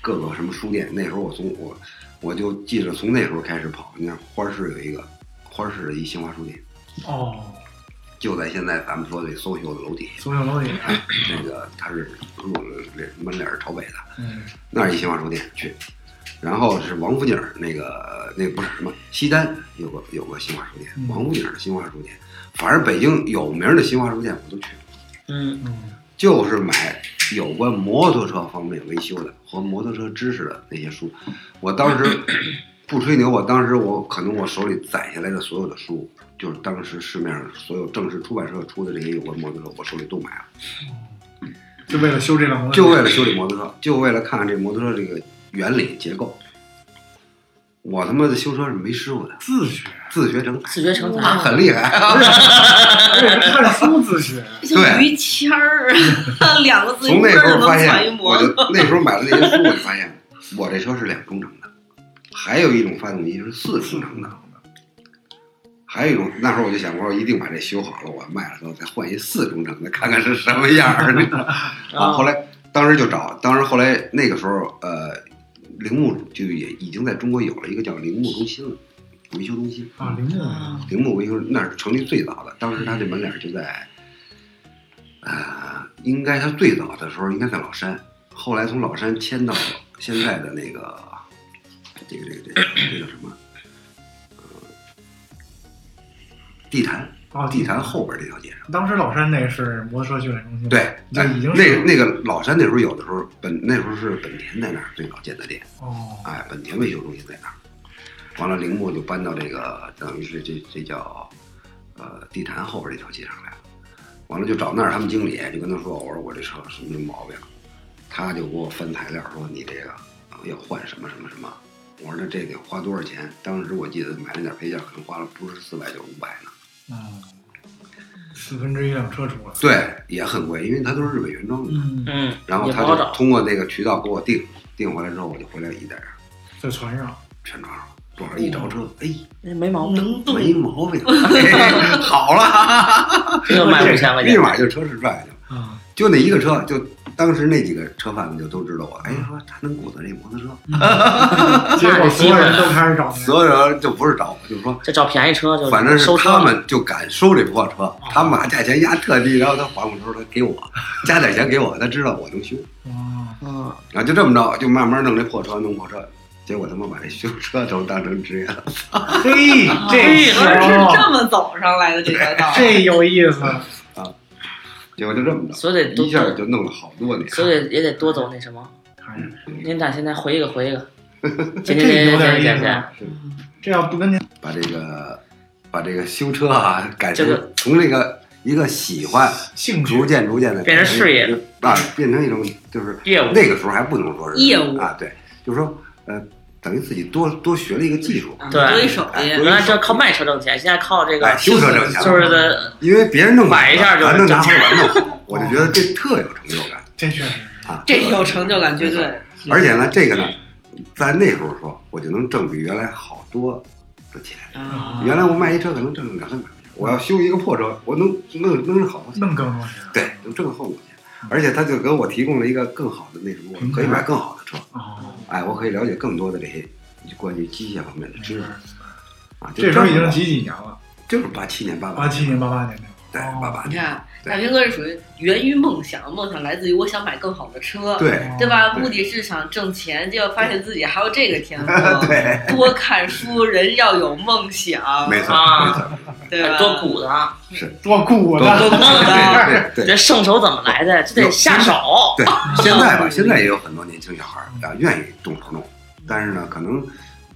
各个什么书店。那时候我从我我就记着从那时候开始跑，你看花市有一个花市的一新华书店，
哦，
就在现在咱们说这搜秀的楼底下，
总有楼底。
那个它是入这门脸儿朝北的，
嗯，
那儿一新华书店去。然后是王府井儿那个那不是什么西单有个有个新华书店
嗯，
王府井儿的新华书店，反正北京有名儿的新华书店我都去了。
嗯，
嗯，
就是买有关摩托车方面维修的和摩托车知识的那些书。我当时不吹牛，我当时我可能我手里攒下来的所有的书，就是当时市面上所有正式出版社出的这些有关摩托车，我手里都买了，
就为了修这辆摩托车，
就为了修理摩托车，就为了看看这摩托车这个原理结构。我他妈的修车是没师傅的，
自学，
自学成才，
自学成才。
他很厉害啊。
这是看书自学。
像于谦儿，啊 两个字一
从
个
那时
儿
候
就
发
能传一
现，
模
我。就那时候买了那些书，我就 发现我这车是两冲程的，还有一种发动机是四冲程的，还有一种那时候我就想，我说一定把这修好了，我卖了之后再换一四冲程的，看看是什么样儿。啊，后来当时就找，当时后来那个时候，呃，铃木就也已经在中国有了一个叫铃木中心了，维修中心。
啊，铃木，
啊
铃木维修那是成立最早的，当时他这门脸儿就在，呃，应该他最早的时候应该在老山，后来从老山迁到现在的那个，这个这个这个这个叫什么？呃，地坛
啊，
地坛后边这条街上，
当时老山那是摩托车训练中心，
对，
就已经
哎
是
那那个老山那时候有的时候本那时候是本田在那儿最早建的店，
哦，
哎，本田维修中心在那儿。完了，铃木就搬到这个，等于是这这叫，呃，地坛后边这条街上来了。完了就找那儿他们经理，就跟他说：“我说我这车有什么毛病？”他就给我翻材料，说你这个、呃要换什么什么什么。我说那这得花多少钱？当时我记得买那点配件可能花了不是四百就是五百呢。
嗯，四分之一辆车出了，
对，也很贵，因为它都是日本原装的。
嗯，
嗯，
然后
也不
他
好
就
找。
通过那个渠道给我订，订回来之后我就回来一点儿
在船上，
全装上了，装上一着车，哎，
哎没毛 病，
能动
没毛 病，哎好了，
这就卖五千块
立
钱。
马就车市赚去了。
啊，
就那一个车，就当时那几个车贩子就都知道我，哎，说他能鼓捣这摩托车，
嗯
结果所有人都开始找 您，
所有人就不是找我，就是说，
这找便宜车就
反正是
嗯收车哦
他
了。
们就敢收这破车，他们把价钱压特低，然后他还我的时候他给我加点钱给我，他知道我能修，
哦，
嗯，
然后就这么着，就慢慢弄这破车，弄破车，结果他妈把这修车都当成职业了。
嘿，这
我是
行，
这么走上来的这条道，
哦这有意思，哎
结果就这么着，
所以得多
一，下就弄了好多年。
所以也得多走那什么。
看着
您俩现在回一个回一 个。
这
减减减减
有点
减
意
减
思啊
减。，
这要不跟您
把这个把这个修车啊，改成
这个
从这个一个喜欢，
兴
逐
趣，
渐逐渐的
变成事业
啊，变成一种就是
业务
那个时候还不能说是
业务
啊，对，就是说呃，等于自己多多学了一个技术，
啊
对
多一手
哎
艺
多
原来这靠卖车挣钱，现在靠这个
哎修车挣钱
就是的，
因为别人弄
买一下就
咱
挣
能拿回来 弄好，我就觉得这特有成就感
这确实是，
啊，
这有成就感，绝对。
而且呢，这个呢，
嗯
在那时候说，我就能挣比原来好多的钱。
啊
原来我卖一车可能挣两三百块钱，我要修一个破车，我能弄弄好多钱。
弄更多钱，
对，能挣后五年，而且他就给我提供了一个更好的那什么，我可以买更好的车，
哦，
哎，我可以了解更多的这些关于机械方面的知识啊。
嗯
就
这时候已
么
经几几年了，啊
就是八七年八
八七年、八八年那会儿，
对
哦
八八
你
年，
看，
对
大明哥是属于源于梦想，梦想来自于我想买更好的车，
哦
对
对吧？
对
目的是想挣钱，结果发现自己还有这个天赋。
对，
多看书，人要有梦想，
没错哎
啊
没错，
对吧？
多鼓的，啊
多酷啊
多
的，
多鼓的，
对对对
这圣手怎么来的？这得下手。
对，现在吧，现在也有很多年轻小孩儿啊愿意动手动，但是呢，可能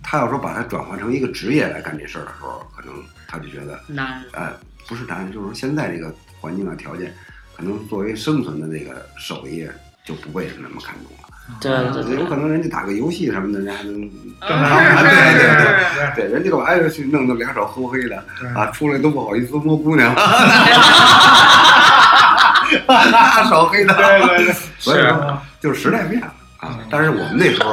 他要说把它转换成一个职业来干这事儿的时候，可能他就觉得
难，啊
呃，不是难，就是说现在这个环境啊条件，可能作为生存的这个手艺就不被那么看重了。
对对对
有可能人家打个游戏什么的，人家还能
正
常
是
对对对
是
对
是
对
对人家干嘛呀去弄得两手黑黑的
对
啊，出来都不好意思摸姑娘，大手黑的。
对对对，
所以
是
说就是时代变了啊
啊嗯。
但是我们那时候，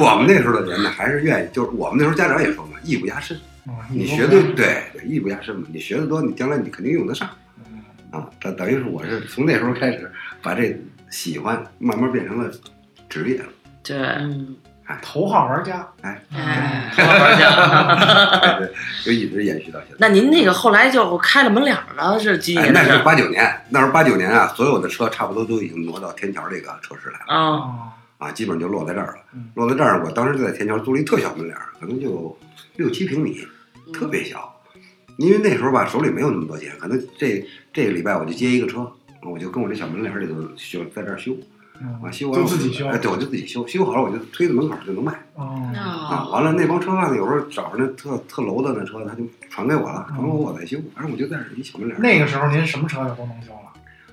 我们那时候的人呢，还是愿意，就是我们那时候家长也说嘛，艺不压身，
嗯
你学的对，对艺不压身嘛，你学的多，你将来你肯定用得上
嗯
啊。等等于是我是从那时候开始，把这喜欢慢慢变成了职业了。
对，
嗯，
头号玩家，
哎
嗯，
好好玩去啊
对对，就一直延续到现在。
那您那个后来就开了门脸儿了，是几几
哎，
年的
那
事
是
儿
八九年，那时候八九年啊，所有的车差不多都已经挪到天桥这个车市来了
啊？
啊，
啊，基本就落在这儿了
嗯。
落在这儿，我当时就在天桥租了一特小门脸儿，可能就六七平米，
嗯
特别小。因为那时候吧，手里没有那么多钱，可能这这个礼拜我就接一个车，我就跟我这小门脸儿里头修，在这儿修啊，
嗯
修完了
就自己修
哎，对，我就自己修，修好了我就推到门口儿就能卖
哦，
啊。
啊，
完了，那帮车贩子有时候找着那特特楼的那车，他就传给我了，传给我我再修，反正我就在这儿一小门脸儿。
那个时候您什么车也都能修了，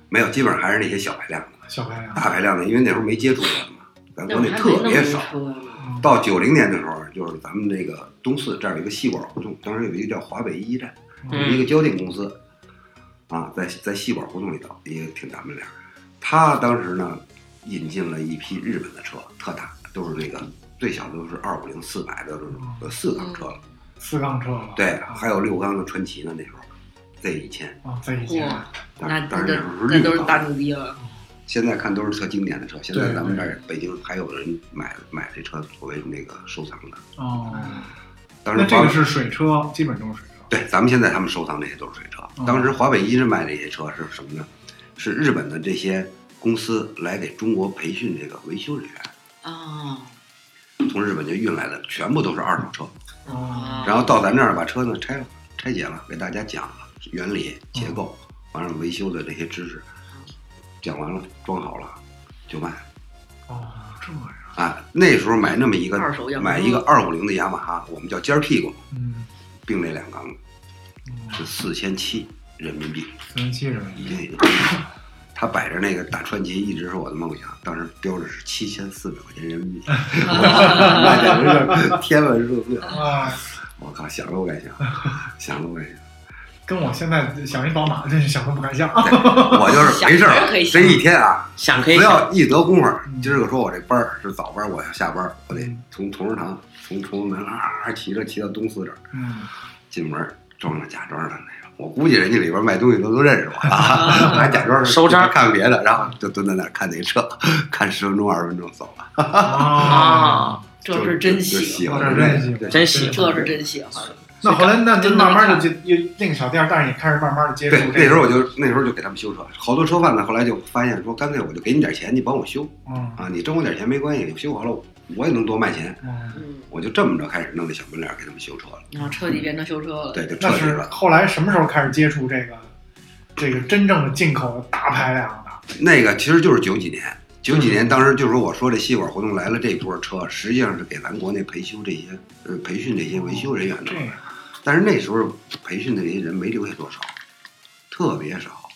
没有，基本上还是那些小排量的，
小白啊呀，
大排量的，因为那时候没接触过嘛，咱国内特别少。
嗯
到九零年的时候，就是咱们这个东四这儿有一个细管胡同，当时有一个叫华北一站，有
嗯
一个交电公司，啊，在在细管胡同里头也挺咱们俩。他当时呢引进了一批日本的车，特大，都是那个最小的都是二五零四百的，都是呃四缸车了，
四缸车了，
对，还有六缸的传奇呢，那时候在一千，
啊，在以前，
哇
但
那
但
那都
是那时候是
那
绿
都是
缸
大牛逼了，
现在看都是特经典的车，现在
对
咱们这儿北京还有人买买这车作为那个收藏的。
哦，
当时
那这
华
个是水车，基本都是水车，
对，咱们现在他们收藏这些都是水车。
嗯
当时华北一直卖这些车是什么呢？是日本的这些公司来给中国培训这个维修人员，嗯
啊
从日本就运来的，全部都是二手车。
啊，
啊，
然后到咱这儿把车呢拆了、拆解了，给大家讲了原理、结构，
嗯
完了维修的这些知识，讲完了装好了就卖。
哦，这样，
啊，那时候买那么一个
二手雅马哈
买一个二五零的雅马哈，我们叫尖儿屁股，
嗯，
并列两缸是
嗯
四千七人民币，
四零七人，
一斤一斤。他摆着那个大川崎，一直是我的梦想。当时标着是七千四百块钱人 民币，那简直是天文数字。
啊，
我靠，想都不敢想，想都不敢想。
跟我现在想一宝马，真是想都不敢想，
我就是没事
想着可以
儿，
想
这一天啊，
想可以
只
想，
要一得工夫
嗯，
今儿个说我这班儿是早班儿，我要下班儿，我得从同仁堂从崇文门啊骑着骑到东四这儿。
嗯，
进门儿装上假装上那个，我估计人家里边卖东西都都认识我啊，还假装是
收账
看别的，然后就蹲在那儿看那车， 看十分钟二十分钟走了，
啊
啊，
这是真
喜
喜欢，
欢
这是真喜欢
真喜
欢
这是真喜欢，
那后来那就慢慢的就就那个小店，但是也开始慢慢的接触
对，
这
那时
个，
候我就那时候就给他们修车，好多车贩子后来就发现说，干脆我就给你点钱，你帮我修
嗯
啊，你挣我点钱没关系，修好了我也能多卖钱，
嗯，
嗯，
我就这么着开始弄这小门脸儿给他们修车了，
然后彻底变成修车了，
对，就
那
彻底
是
了。
后来什么时候开始接触这个这个真正的进口的大排量的？
那个其实就是九几年，九
嗯
几年当时就是我说这吸管活动来了这波车，实际上是给咱国内培修这些呃培训这些维修人员的
这。样，
但是那时候培训的这些人没留下多少，特别少，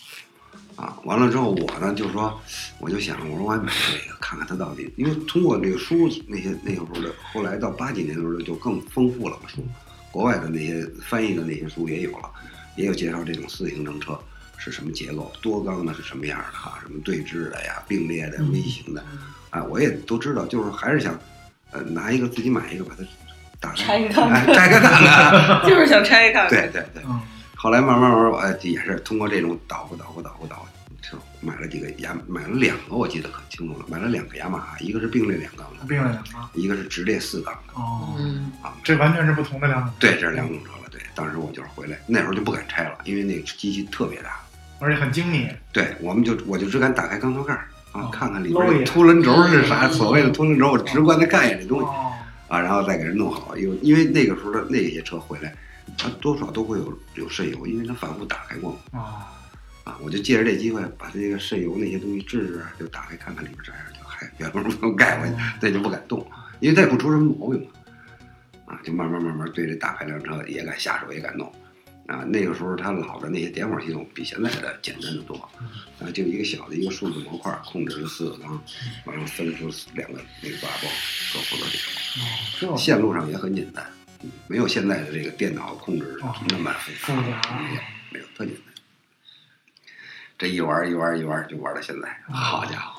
啊，完了之后我呢就说，我就想我说我也买这个看看它到底，因为通过这个书那些那个时候的，后来到八几年的时候就更丰富了嘛书，国外的那些翻译的那些书也有了，也有介绍这种四行程车是什么结构，多缸的是什么样的哈、什么对峙的呀、并列的、
嗯
微型的，啊，我也都知道，就是还是想，呃，拿一个自己买一个把它打开，
拆开看
哎拆开看看。
就是想拆开看看，
对对对，
嗯
后来慢慢慢慢，哎，也是通过这种捣鼓捣鼓捣鼓捣鼓，就买了几个雅，买了两个，我记得可清楚了，买了两个雅马哈，一个是并列两缸的，
并了两缸，
一个是直列四缸的。
啊哦，
嗯，
这完全是不同的两种。
对，这是两种车了。对，当时我就是回来，那时候就不敢拆了，因为那个机器特别大，
而且很精密。
对，我们就我就只敢打开钢头盖儿啊
哦，
看看里
搂一
边
眼
凸轮轴是啥，所谓的凸轮轴，我直观的看一眼这东西
哦，
啊，然后再给人弄好。因为因为那个时候的那些车回来，它多少都会有有渗油，因为它反复打开过嘛
哦，
啊，我就借着这机会把这个渗油那些东西治治，就打开看看里边啥样，就还原封不动盖回去，这就不敢动，因为再不出什么毛病嘛。啊，就慢慢慢慢对这大排量车也敢下手，也敢弄。啊，那个时候它老的那些点火系统比现在的简单的多，啊，就一个小的一个数字模块控制了四个缸，完了分出两个那个八泵各负责这个。
这
线路上也很简单，没有现在的这个电脑控制那么复
复
杂，
杂
没有没有特简单。这一玩儿一玩儿一玩儿就玩到现在，好家伙！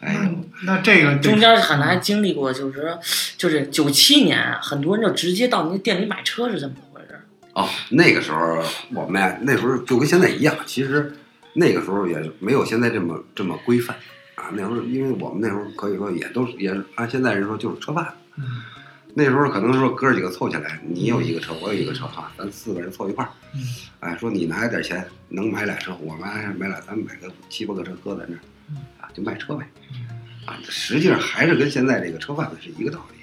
哎呦，
嗯那这个
中间好像还经历过，就是就是九七年，啊很多人就直接到那个店里买车是怎么回事？
哦，那个时候我们呀，那时候就跟现在一样，其实那个时候也没有现在这么这么规范啊。那时候因为我们那时候可以说也都是也按现在人说就是车贩，
嗯
那时候可能说哥几个凑起来，你有一个车，我有一个车哈，咱四个人凑一块儿
嗯，
哎，说你拿一点钱能买俩车，我买买俩，咱们买个七八个车搁在那
嗯
儿，啊，就卖车呗，啊，实际上还是跟现在这个车贩子是一个道理，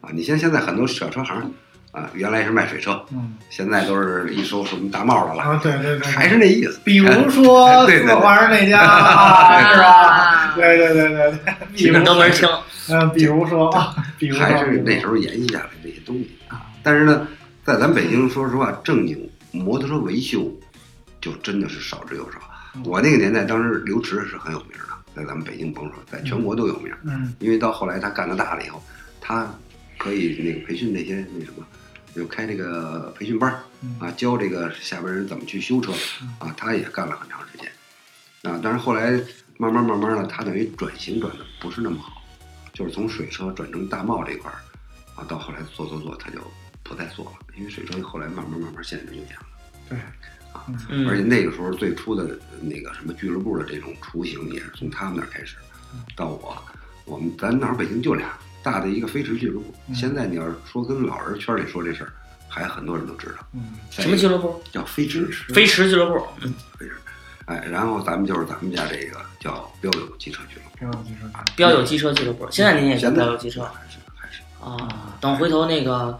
啊，你像现在很多小车行，啊，原来是卖水车，
嗯
现在都是一收什么大帽的了，
啊，对对对，
还是那意思。哎
比如说
对对对
四环那 家啊，是吧？对对对对对，比
基
如
本都门清。
嗯，比如说啊，比如说
还是那时候延续下来这些东西啊。但是呢，在咱北京，说实话，正经摩托车维修就真的是少之又少。
嗯
我那个年代，当时刘驰是很有名的，在咱们北京甭说，在全国都有名。
嗯
因为到后来他干得大了以后，他可以那个培训那些那什么，就开这个培训班儿
嗯
啊，教这个下边人怎么去修车啊，他也干了很长时间啊。但是后来慢慢慢慢的，他等于转型转的不是那么好，就是从水车转成大贸这一块儿啊，到后来做做做，他就不再做了，因为水车后来慢慢慢慢现在就影响了。
对，
而且
嗯，
那个时候最初的那个什么俱乐部的这种雏形也是从他们那儿开始，到我，我们咱那儿北京就俩大的一个飞驰俱乐部。
嗯
现在你要是说跟老人圈里说这事儿，还很多人都知道。
嗯
什么俱乐部？
叫飞驰？
飞驰俱乐部。嗯
哎，然后咱们就是咱们家这个叫标友汽车俱乐
挺有技术的
标友机车俱乐部，现在您也是
部。现在
标友机车
还是还是
啊。等回头那个，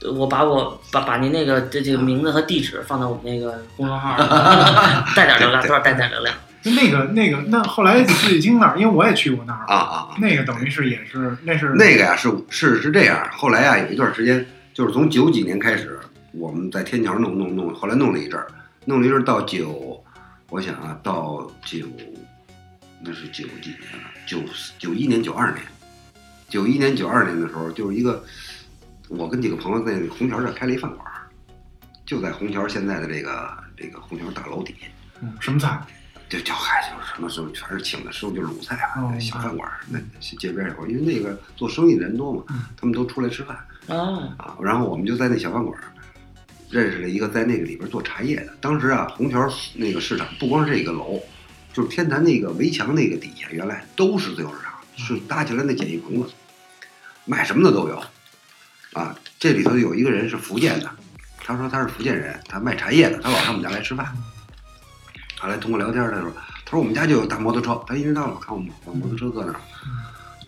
呃我把我把把您那个这这个名字和地址放到我们那个公众号上，带点流量，多少带点流量。
就那个那个，那后来自己经那儿，因为我也去过那儿，
啊啊啊！
那个等于是也是那是
那个呀、是是是这样，后来呀、有一段时间，就是从九几年开始，我们在天桥弄弄弄，后来弄了一阵儿，弄了一阵儿到九，我想啊，到九，那是九几年了，九九一年九二年，九一年九二年的时候，就是一个我跟几个朋友在虹桥这儿开了一饭馆儿，就在虹桥现在的这个这个虹桥大楼底下。
嗯什么菜？
就叫嗨，就是什么时候全是请的师傅，就是卤菜啊，
哦
小饭馆儿，那街边儿有，因为那个做生意的人多嘛
嗯，
他们都出来吃饭
啊，
啊。然后我们就在那小饭馆儿认识了一个在那个里边做茶叶的。当时啊，虹桥那个市场不光是这个楼，就是天坛那个围墙那个底下，原来都是自由市场，是搭起来那简易棚子，卖什么的都有啊。这里头有一个人是福建的，他说他是福建人，他卖茶叶的，他老上我们家来吃饭。后来通过聊天儿，他说，他说我们家就有大摩托车，他一直到老看我们把摩托车搁那儿。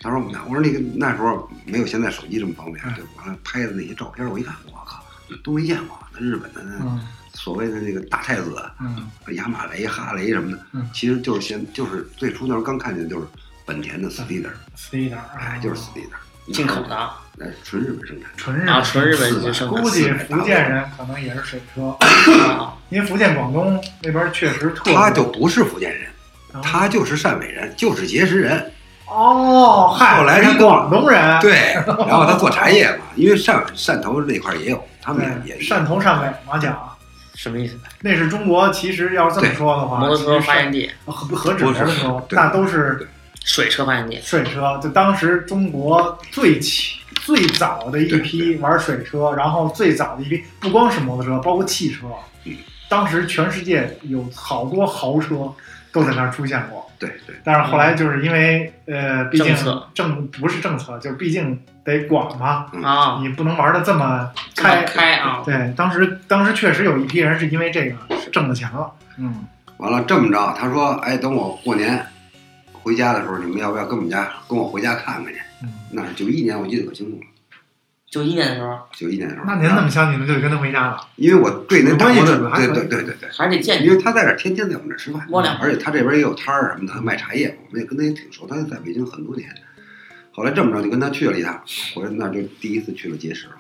他说我们家，我说那个那时候没有现在手机这么方便，啊就完了拍的那些照片儿，我一看，我靠，都没见过。啊那日本的那
嗯
所谓的那个大太子，啊
嗯
雅马雷、哈雷什么的
嗯，
其实就是先就是最初那时候刚看见就是本田的 Steeder，
死一点儿，
哎，就是 Steeder，
进口的啊，
哎，纯日本生产。
纯日
啊纯日本就生产
估计福建人可能也是水车，
啊
因为福建广东那边确实特别
他就不是福建人，
嗯
他就是汕尾人，就是碣石人。
哦，嗨，
后来他
一
跟我
广东人，
对，然后他做茶叶嘛，因为汕汕头那块儿也有，他们也
对，
也
汕头汕尾嘛讲，
什么意思？
那是中国其实要是这么说的话，
摩托车
其实
发源地，
何何止
不
摩
是
托车，
对
那都是
水车发源地。
水车，就当时中国最起最早的一
对
批玩水车，然后最早的一批不光是摩托车，包括汽车
嗯，
当时全世界有好多豪车都在那儿出现过。
对对
但是后来就是因为呃，毕竟
嗯政策
政不是政策，就毕竟得管嘛，
啊，
你不能玩的这么
这么
开。
开啊，
对，当时当时确实有一批人是因为这个挣了钱了，嗯，
完了这么着，他说：“哎，等我过年回家的时候，你们要不要跟我们家跟我回家看看去
嗯？”
那是九一年，我记得可清楚了，
九一年的时候
九一年的时候。
那您怎么想起来就得跟他回家了？
因为我对那大
有
伯
关系
的，
还
对
可以
对对对对，
还是得见
因为他在这儿天天在我们这儿吃饭
摸两，
而且他这边也有摊儿什么的，他卖茶叶，我们也跟他也挺熟，他在北京很多年。后来这么着，就跟他去了一趟，回来那就第一次去了碣石了，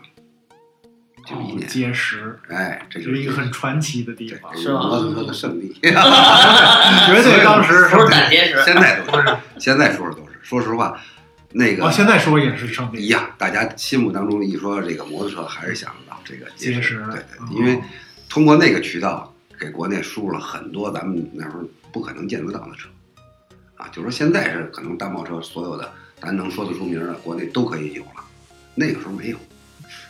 九一年，
结石
哎，这
哦
就
就是一个很传奇的地
对
方，
是吧
摩托车的圣地。
绝对当时
不是胆结石，
现在都是，现在说的都是。说实话，那个
啊，现在说也是圣
一
地，
样，大家心目当中一说这个摩托车，还是想到这个
结
石
石。
对对
嗯，
因为通过那个渠道，给国内输入了很多咱们那时候不可能见得到的车，啊，就说现在是可能单贸车所有的咱能说得出名儿的，国内都可以有了。那个时候没有，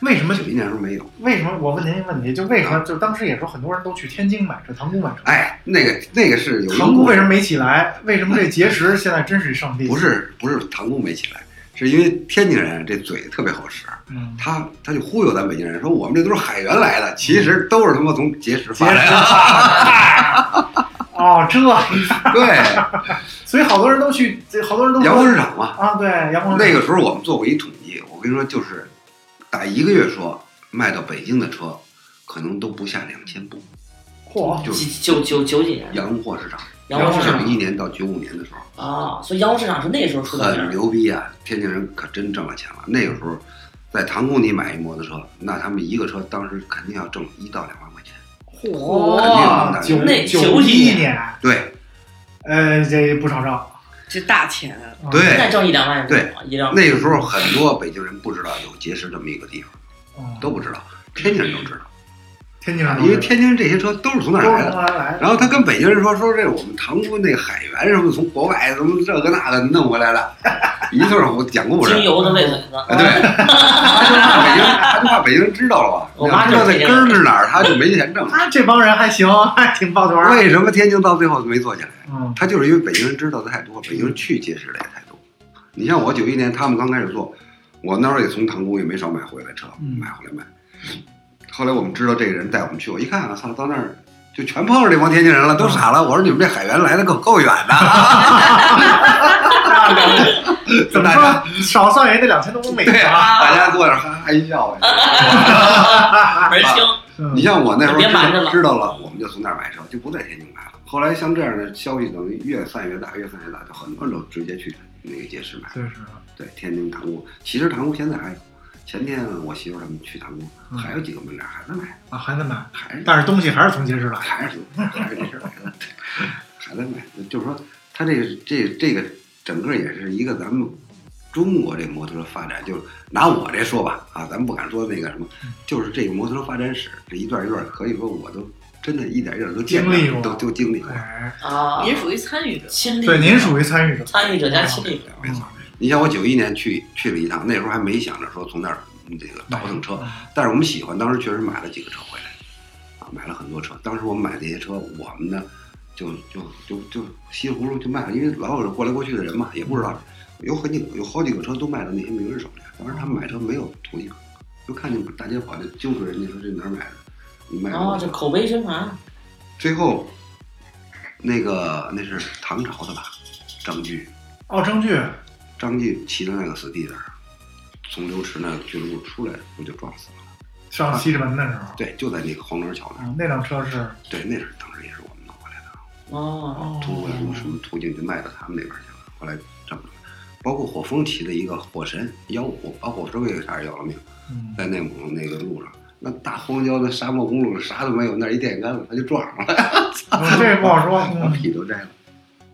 为什么
九一年时候没有。
为什么我问您一个问题，就为什么就当时也说很多人都去天津买车，塘沽买车，
哎，那个那个是有一个
塘沽
故事
为什么没起来？为什么这碣石现在真是一圣地？
不，是不是唐宫没起来，是因为天津人这嘴特别好使，
嗯，
他他就忽悠咱北京人说我们这都是海员来的，其实都是他妈从碣石
结
发
石
来 的。
哦，这，
对，
所以好多人都去，好多人都
洋
说
货市场嘛。
啊，对，阳光
那个时候我们做过一统计，我跟你说，就是打一个月说卖到北京的车，可能都不下两千部，
嚯，
就是
九九九九几年，
洋货市场，
洋货市
九
场
一年到九五年的时候。
啊，所以洋货市场是那时候出的名
很
儿，
牛逼啊！天津人可真挣了钱了。那个时候，在塘沽你买一摩托车，那他们一个车当时肯定要挣一到两万块钱。
嚯，
肯定
九
的
那
九
几
一
年
年，
对
呃，这不少挣，
这大钱啊，
嗯
对，
再挣一两万
对
是吧一两
那个时候很多北京人不知道有碣石这么一个地方，
嗯
都不知道，天津人都知道，
天津人都
因为
是
天津人这些车都是从那
都
儿来
是
的。
从来来的，
然后他跟北京人说说这我们塘沽那海员什么从国外什么这个那个弄回来的， 一通我讲故事。
精油的喂嘴子，
啊，对，他就怕北京，他就怕北京人知道了吧？
我妈
要知
就是这
道那根
样
儿是哪儿，他就没钱挣了。
他这帮人还行，还挺抱团儿，
为什么天津到最后没做起来？
嗯，
他就是因为北京人知道的太多，
嗯
北京人去结识的也太多。你像我九一年他们刚开始做，我那时候也从塘沽也没少买回来车，
嗯
买回来卖。后来我们知道这个人带我们去，我一看，我操，到那儿就全碰上这帮天津人
啊
了，都傻了。我说你们这海员来的够够远 的，
怎么说少算也得两千多公里
对啊
吧？
大家坐那儿哈哈 一笑呗。
门儿清，
嗯
你像我那时候
别
知
瞒着了
道知道了，我们就从那儿买车，就不在天津买了。后来像这样的消息等于越散越大，越散越大，就很多人都直接去那个街市买。
确实，
对，天津塘沽，其实塘沽现在还有。前天我媳妇儿他们去塘沽，
嗯
还有几个门脸儿还在买，
啊，还在买，
还是
但是东西还是从街市来，
还是还是这 事儿还在还在买。就是说，它这个这这个整个也是一个咱们中国这摩托车发展，就是拿我这说吧啊，咱不敢说那个什么，
嗯
就是这个摩托车发展史这一段一段，可以说我都真的一点一点都见
经历过
都都经历过。
哎，
啊，
您属于参与者，
亲历者，
对，您属于参与者，
参与者加亲历
啊
者，
没错，你像我九一年去去了一趟，那时候还没想着说从那儿嗯这个倒腾车，但是我们喜欢，当时确实买了几个车回来，啊，买了很多车。当时我们买这些车，我们呢就就就就稀里糊涂就卖了，因为老有人过来过去的人嘛，也不知道有很几个有好几个车都卖到那些名人手里。当时他们买车没有途径，就看见大街跑就揪住人家说这哪儿买的，你卖
啊，
多
这
少？
口碑宣传，
最后那个那是唐朝的吧，张炬。
哦，证据，
张继骑的那个死弟那儿，从刘池那个俱乐部出来，不就撞死了？
上西直门的时候，
对，就在那个黄庄桥那儿。
嗯那辆车是
对，那是当时也是我们弄过来的，
哦，
哦
通过什么什么途径就卖到他们那边去了。后来这么着，包括火风骑的一个火神妖虎，把火车给差点要了命，
嗯，
在内蒙那个路上，那大荒郊的沙漠公路上啥都没有，那儿一电线杆子他就撞上了，
嗯这不好说，
把
嗯
屁都摘了。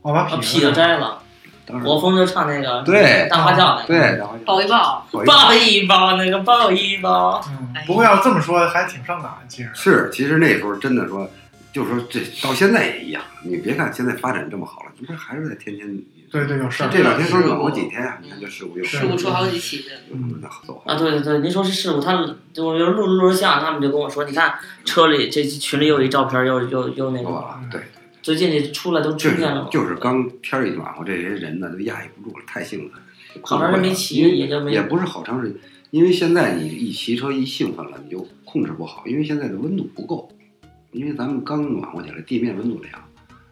我把
把
痞
屁都，摘了，
当时
国风就唱那个
对
大花轿那
对，
个，
然后
抱一抱，
抱一
抱一抱那个抱一抱，
嗯，不过要这么说还挺伤感，其实，
是，其实那时候真的说，就是说这到现在也一样。你别看现在发展这么好了，你看还是在天天。
对对，有事儿，
这两天刚有过几天啊，你看这事故又
是
事故出好几起的，
嗯
那走
啊，对对对，您说是事故，他就我就录着录着像，他们就跟我说，你看车里这群里又一照片，又又又那
好
个，
啊
吧？对，
最近这出来都
就
春天
是
了，
哦就是刚天儿一暖和，这些人呢都压抑不住了，太兴奋了，
好长时间没骑，也就没
也不是好长时间，因为现在你一骑车一兴奋了，你就控制不好，因为现在的温度不够，因为咱们刚暖和起来，地面温度凉，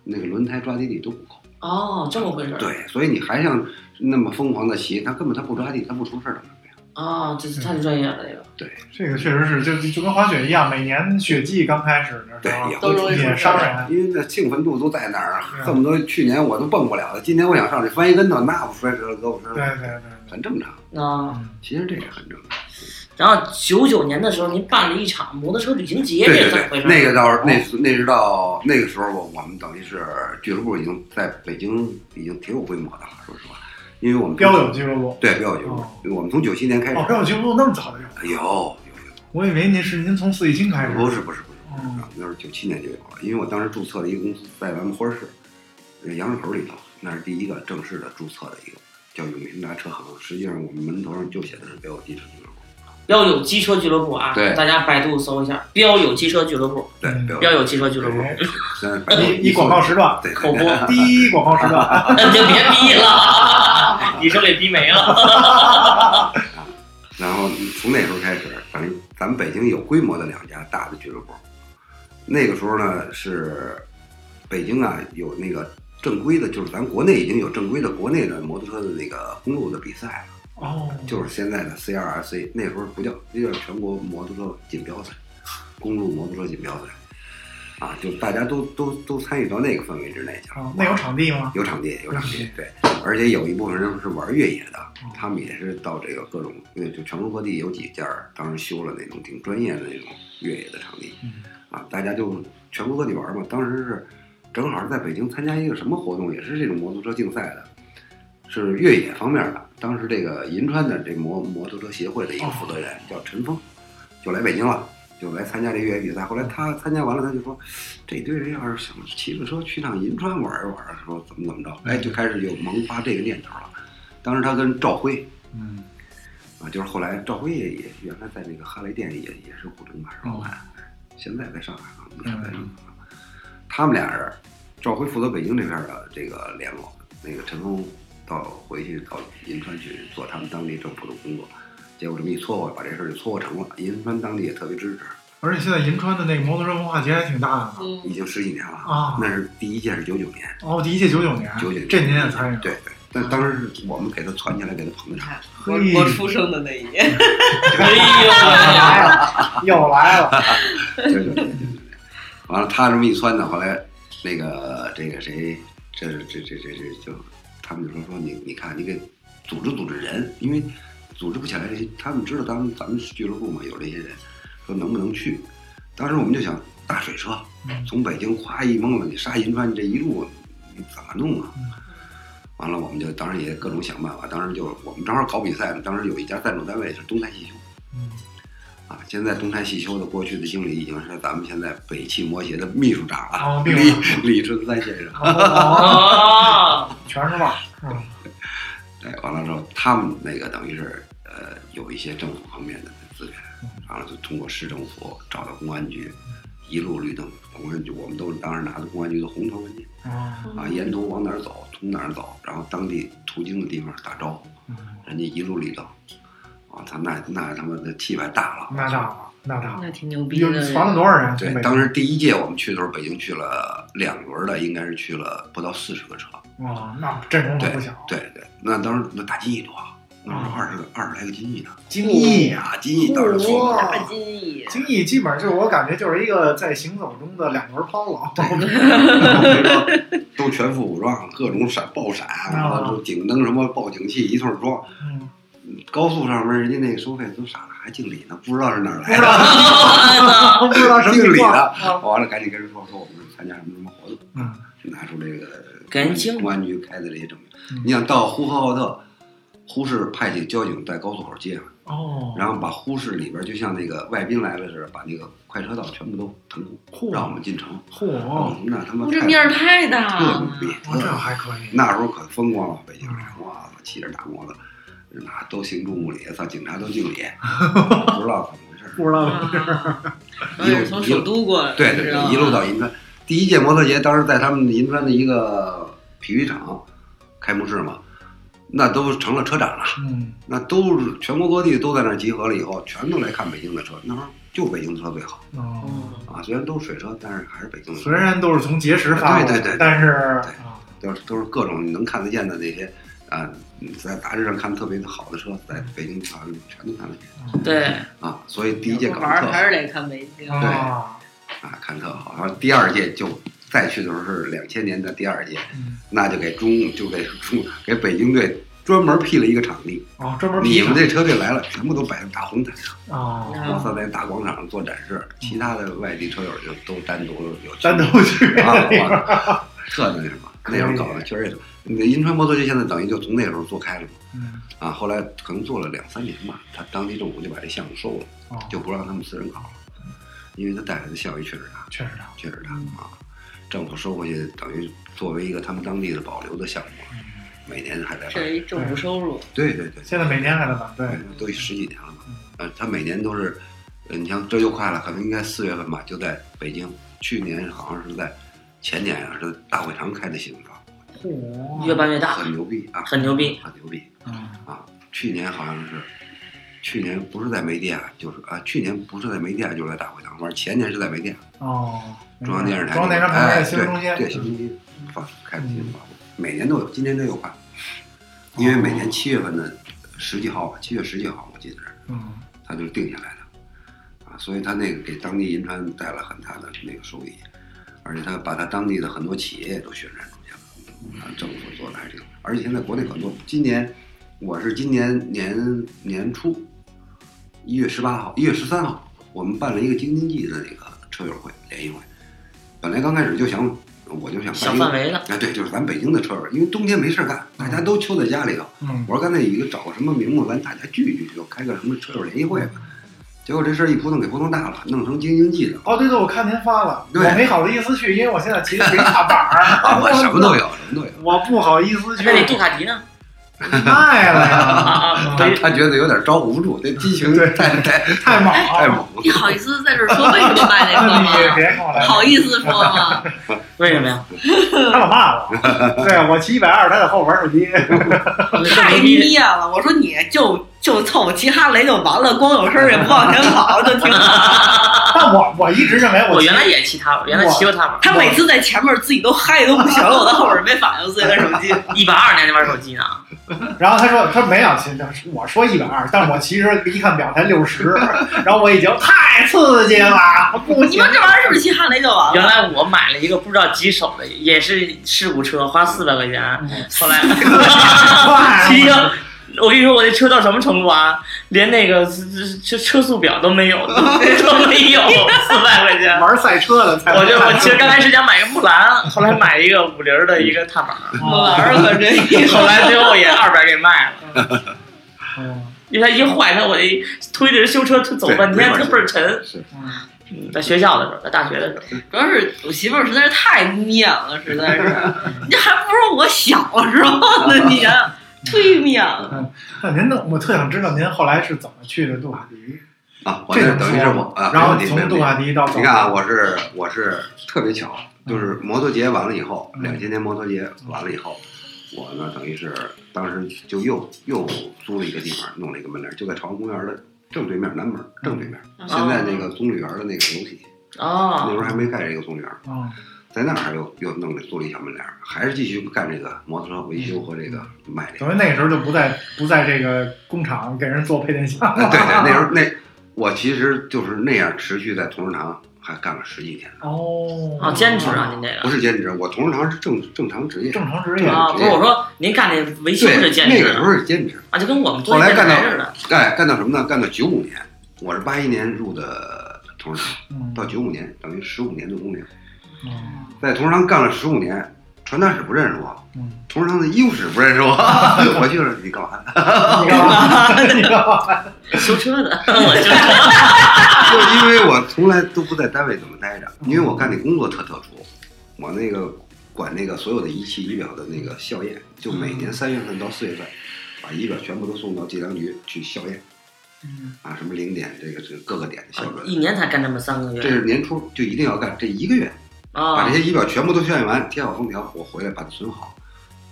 那个轮胎抓地力都不够。
哦，这么回事儿。
对，所以你还像那么疯狂的骑，它根本它不抓地，它不出事儿的。
啊
哦，这是
嗯
太专业了，这个。
这个确实是，就就跟滑雪一样，每年雪季刚开始的
对
时候，
也
都容易
也
出事
伤人。
因为这兴奋度都在那儿啊
是，啊
恨不得去年我都蹦不了了，今年我想上去翻一跟头，那不摔折了胳膊
对
折了，
对嗯对对，
很正常。
那
其实这也很正常。
然后九九年的时候，您办了一场摩托车旅行节，这
对
是
对
怎么回
对，
事？哦
那个到那次那是到那个时候，我我们等于是俱乐部已经在北京已经挺有规模的了，说实话，因为我们
标友俱乐部，
对标友俱乐部
哦，
因为我们从九七年开始
哦，标友俱乐部那么早就有，
有有有，
我以为您是您从四季青开始。
不是不是不是，
嗯，
那是九七年就有了，因为我当时注册了一个公司，在咱们花市，呃杨市口里头，那是第一个正式的注册的一个叫永兴达车行，实际上我们门头上就写的是标友地车俱乐部，
标友机车俱乐部啊，
对
大家百度搜一下，标友机车俱乐部，
嗯
对
标友机车俱乐部。
哎
现在百度
你你广告时段，
对对
口播，
第一广告时段，
那就别逼 了，你说给逼没了。
然后从那时候开始，等于咱们北京有规模的两家大的俱乐部。那个时候呢，是北京啊有那个正规的，就是咱国内已经有正规的国内的摩托车的那个公路的比赛了，
哦，
就是现在的 CRC，那时候不叫，那叫全国摩托车锦标赛，公路摩托车锦标赛，啊，就大家都都都参与到那个范围之内去了
哦。那有场地吗？嗯
有场地，有场地，对，而且有一部分人是玩越野的，他们也是到这个各种，呃就全国各地有几家儿，当时修了那种挺专业的那种越野的场地
嗯，
啊，大家就全国各地玩儿嘛。当时是正好在北京参加一个什么活动，也是这种摩托车竞赛的，是越野方面的。当时这个银川的这摩摩托车协会的一个负责人
哦
叫陈峰，就来北京了。就来参加这越野比赛，后来他参加完了，他就说，这堆人要是想骑着车去趟银川玩一玩儿，说怎么怎么着，哎，就开始就萌发这个念头了。当时他跟赵辉，
嗯，
啊，就是后来赵辉也也原来在那个哈雷店也也是古城吧，是老板，啊现在在上海啊，也在上海啊。他们俩人，赵辉负责北京这边的这个联络，那个陈峰到回去到银川去做他们当地政府的工作，结果这么一撮合，把这事儿就撮合成了。银川当地也特别支持，
而且现在银川的那个摩托车文化节还挺大的呢。
嗯
已经十几年了
啊
那是第一届是九九年，
哦，第一届九九年
九九年，
这您也参与了？
对对，但当时是我们给他攒起来，给他捧场。
我
嘿
我出生的那一年，
哎呦，
又来了，
对对对对对。完了，他这么一窜呢，后来那个这个谁，这这这这这就他们就说说你你看你给组织组织人，因为组织不起来这些，他们知道咱们咱们俱乐部嘛有这些人，说能不能去？当时我们就想大水车
嗯
从北京夸一蒙子，你杀银川这一路你怎么弄啊？
嗯
完了，我们就当时也各种想办法。当时就我们正好搞比赛呢，当时有一家赞助单位是东台汽修，
嗯
啊，现在东台汽修的过去的经理已经是咱们现在北汽摩协的秘书长了，
哦秘
李
书
李春三先生。
哦
哦，
全是腕儿，嗯
对，完了之后，他们那个等于是呃有一些政府方面的资源，
嗯
完了就通过市政府找到公安局，一路绿灯，公安局我们都是当时拿着公安局的红头文件
哦
啊，沿途往哪儿走，从哪儿走，然后当地途经的地方打招呼，
嗯，
人家一路绿灯，啊，他那那他妈的气派大了，
那大了，那大了，
那挺牛逼
啊有
的。
传了多少人？
对
从，北
当时第一届我们去的时候，北京去了两轮的，应该是去了不到四十个车。
哦，那阵容可
对
不小，
对对，那当时那大金翼多啊，那时候二十个二十来个金翼呢。
嗯金翼啊，
啊，金翼当时去
哇
大金翼，
金翼基本上就是我感觉就是一个在行走中的两轮抛饹，
都全副武装，各种闪爆闪，
啊
然后警灯什么报警器一通装。
嗯，
高速上面人家那个收费都傻了，还敬礼呢，不知道是哪儿
不
来
知
的。
道不知道什么
敬
情
礼
况
的
啊，
完了赶紧跟人说说我们是参加什么什么活动，
嗯，
拿出这个
赶紧
公安局开的这些证明。
嗯
你想到呼和浩特，呼市派遣交警在高速口接上，
哦，
然后把呼市里边就像那个外宾来了似的，把那个快车道全部都腾
嚯
空，让我们进城。哦
嚯，
那他妈
这
太
面儿太大
特
了，嗯
别
哦这还可以，
那时候可风光了，北京人，哇操，骑着大摩托，那都行注目礼，操，警察都敬 礼，不知道怎么回事儿。
不知道
啊然后也是从首都过来，
对
你
对
知道
对，
吗
一路到银川，第一届摩托节当时在他们银川的一个体育场开幕式嘛，那都成了车展了，
嗯
那都是全国各地都在那儿集合了以后，全都来看北京的车。那时候就北京的车最好
哦，
嗯
啊，虽然都是水车，但是还是北京的车
虽，然都是从碣石发过来，
对对对
但是
对
啊
都是都是各种你能看得见的那些啊，嗯在杂志上看特别好的车，在北京全全都看得见
对，
啊。所以第一届搞
玩
得
儿
特好
还是得看北京。
啊，
啊，看特好。然后第二届就再去的时候是两千年的第二届，
嗯
那就给中就给中给北京队专门辟了一个场地。
哦，专门
你
批
们
上
这车队来了，全部都摆在大红毯上，
哦，
我
嗯
操，在大广场上做展示。其他的外地车友就都单独有
单独去别
啊
的地 方，
啊，特那什么，那时候搞的确实也，那银川摩托节现在等于就从那时候做开了嘛。
嗯，
啊，后来可能做了两三年吧，他当地政府就把这项目收了，
哦，
就不让他们私人搞了，因为它带来的效益确实大。
确实的，
确实大啊。政府收回去，等于作为一个他们当地的保留的项目，
嗯
每年还在
这
办。
是一政府收入，
对对对，
现在每年还在办，对，
都十几年了嘛。呃，他每年都是，呃你像这就快了，可能应该四月份吧，就在北京。去年好像是在前年啊，是大会堂开的新闻发
嚯
越办越大，
布，很牛逼啊，
很牛逼，
很牛逼
嗯
啊！去年好像是。去年不是在梅地亚，就是啊，去年不是在梅地亚，就是在大会堂，反正前年是在梅啊地亚，
哦，
中央电视台
中央电视台旁边的新闻中
哎对对新闻
心，
中心发开的新闻发布，每年都有，今年这又办，因为每年七月份的十几号吧，七月十几号我记得是，
嗯，
他就定下来的，啊，所以他那个给当地银川带来很大的那个收益，而且他把他当地的很多企业都宣传出去了，啊，政府做的还是挺，而且现在国内很多，今年我是今年年年初一月十八号、一月十三号，我们办了一个京津冀的那个车友会联谊会，本来刚开始就想。我就想办一个
小范围的
哎，对，就是咱北京的车友，因为冬天没事儿干，大家都揪在家里头，
嗯，，
我说干脆一个找个什么名目，咱大家聚聚，就开个什么车友联谊会吧。结果这事儿一扑腾给扑腾大了，弄成京津 冀的
哦，对对，我看您发了，我
对
没好意思去，因为我现在骑的是一大 板儿，
我什么都有，什么都有。
我不好意思去
那你杜卡迪呢？
卖了
嗯啊
呀，
啊，
他
对，
他觉得有点招呼不住，这激情
对
太太
太猛
太
了，
哦
猛了。
你好意思在这儿说为什么卖
哎
那
那你
车吗？
别跟我来，
好意思说吗？
为什么呀？
他老骂我， 对我骑一百二，他在后边玩手机，
太灭了！我说你就就凑骑哈雷就完了，光有声儿也不往前跑，就挺好。
但我我一直认为
我
我
原来也骑他，原来骑过他玩，
他每次在前面自己都嗨都不行了，我在后边没反应自己的手 机。
一百二年那玩手机呢，
然后他说他说没有，其实我说一百二，但我其实一看表才六十，然后我已经太刺激了，不
你
行
们，这玩意儿是不是骑哈雷就完
原
了？
来我买了一个不知道几手的，也是事故车，花四百块钱，后来
太
骑行。我跟你说，我那车到什么程度啊？连那个车车速表都没有，都 都没有，四百块 钱。
玩赛车的才，
我就我其实刚开始想买个木兰，后来买一个五菱儿的一个踏板，
我玩儿了这一
后来最后也二百给卖了，
嗯
因为它一坏，它我一推着修车， 它走半天，它倍儿沉。
是
嗯
嗯在学校的时候，在大学的时候，
主要是我媳妇儿实在是太灭了，实 在是，你还不如我小时候呢，你想想，忒灭了。
那您的我特想知道您后来是怎么去的杜卡迪，
啊，我
这
这
能
等于是我啊，
然后
没问题
从杜
没问
卡迪到
题你看啊，我是我是特别巧，就是
嗯
摩托节完了以后，
嗯
两千年摩托节完了以后，我呢等于是当时就又又租了一个地方，弄了一个门脸，就在朝阳公园的正对面南门正对面，现在那个棕榈园的那个楼体。那时
嗯哦，
候还没盖这个棕榈园，
嗯
在那儿还又又弄了做了一小门脸儿，还是继续干这个摩托车维修和这个卖这个。
等于那个时候就不在不在这个工厂给人做配电箱了，
哎对对，那时候那我其实就是那样持续在同仁堂还干了十几年，
哦
哦，兼职啊，您这
不
个
是兼职，我同仁堂是正正常职业。
正常职业
啊，不是我说您干那维修
嗯对
是，兼
那个时
职
候是兼职，
啊，就跟我们做
后来
电
干到
台似的，
哎，干到什么呢？干到九五年，我是八一年入的同仁堂，
嗯
到九五年等于十五年的工龄，
嗯
在同仁堂干了十五年，传达室不认识我，
嗯，
同仁堂的医务室不认识我，我去了，你干嘛呢？
你干嘛？你干嘛？
修车的，我修车
就因为我从来都不在单位怎么待着，因为我干那工作特特殊，我那个管那个所有的仪器仪表的那个校验，就每年三月份到四月份，把仪表全部都送到计量局去校验
嗯
啊，什么零点这个这个各个点的校
啊
准，
一年才干这么三个
这
月
是年初就一定要干，这一个月把
啊
这，些仪表全部都校验完，贴好封条，我回来把它存好，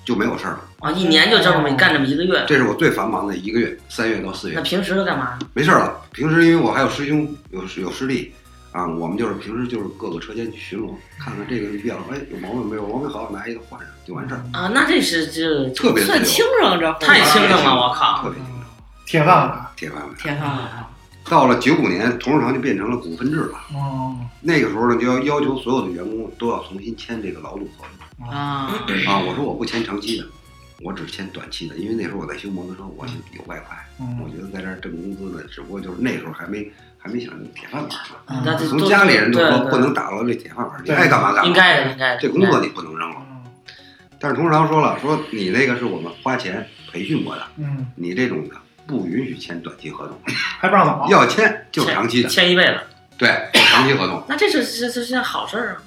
就没有事儿了。
啊，一年就这么干这么一个月，
这是我最繁忙的一个月，三月到四
那
月，
平时都干嘛？
没事儿了。平时因为我还有师兄，有师有师弟，啊，我们就是平时就是各个车间去巡逻，看看这个月了，哎，有毛病没有？毛病好，拿一个换上就完事儿，
啊，那这是这
特别自
算
由，
轻省这活儿
太轻省了，我靠！
特别轻松，
铁饭碗。
铁饭碗。
铁饭碗。
到了九五年，同仁堂就变成了股份制了。
哦，
那个时候呢，就要要求所有的员工都要重新签这个劳动合同
啊，
啊。我说我不签长期的，我只签短期的，因为那时候我在修摩托车，我有外快，我
嗯，
觉得在这儿挣工资呢，只不过就是那时候还没还没想铁饭碗嘛。
嗯
那这
从
都
家里人就
对
说
对
不能打捞这铁饭碗，你
对
爱干嘛干嘛。
应该的，应该的。
这工作你不能扔了。但是同仁堂说了，说你那个是我们花钱培训过的，
嗯，
你这种的不允许签短期合同，
还不让走，
要哦签就是长期的，
签一辈子，
对，长期合同。
那这是这这是件好事儿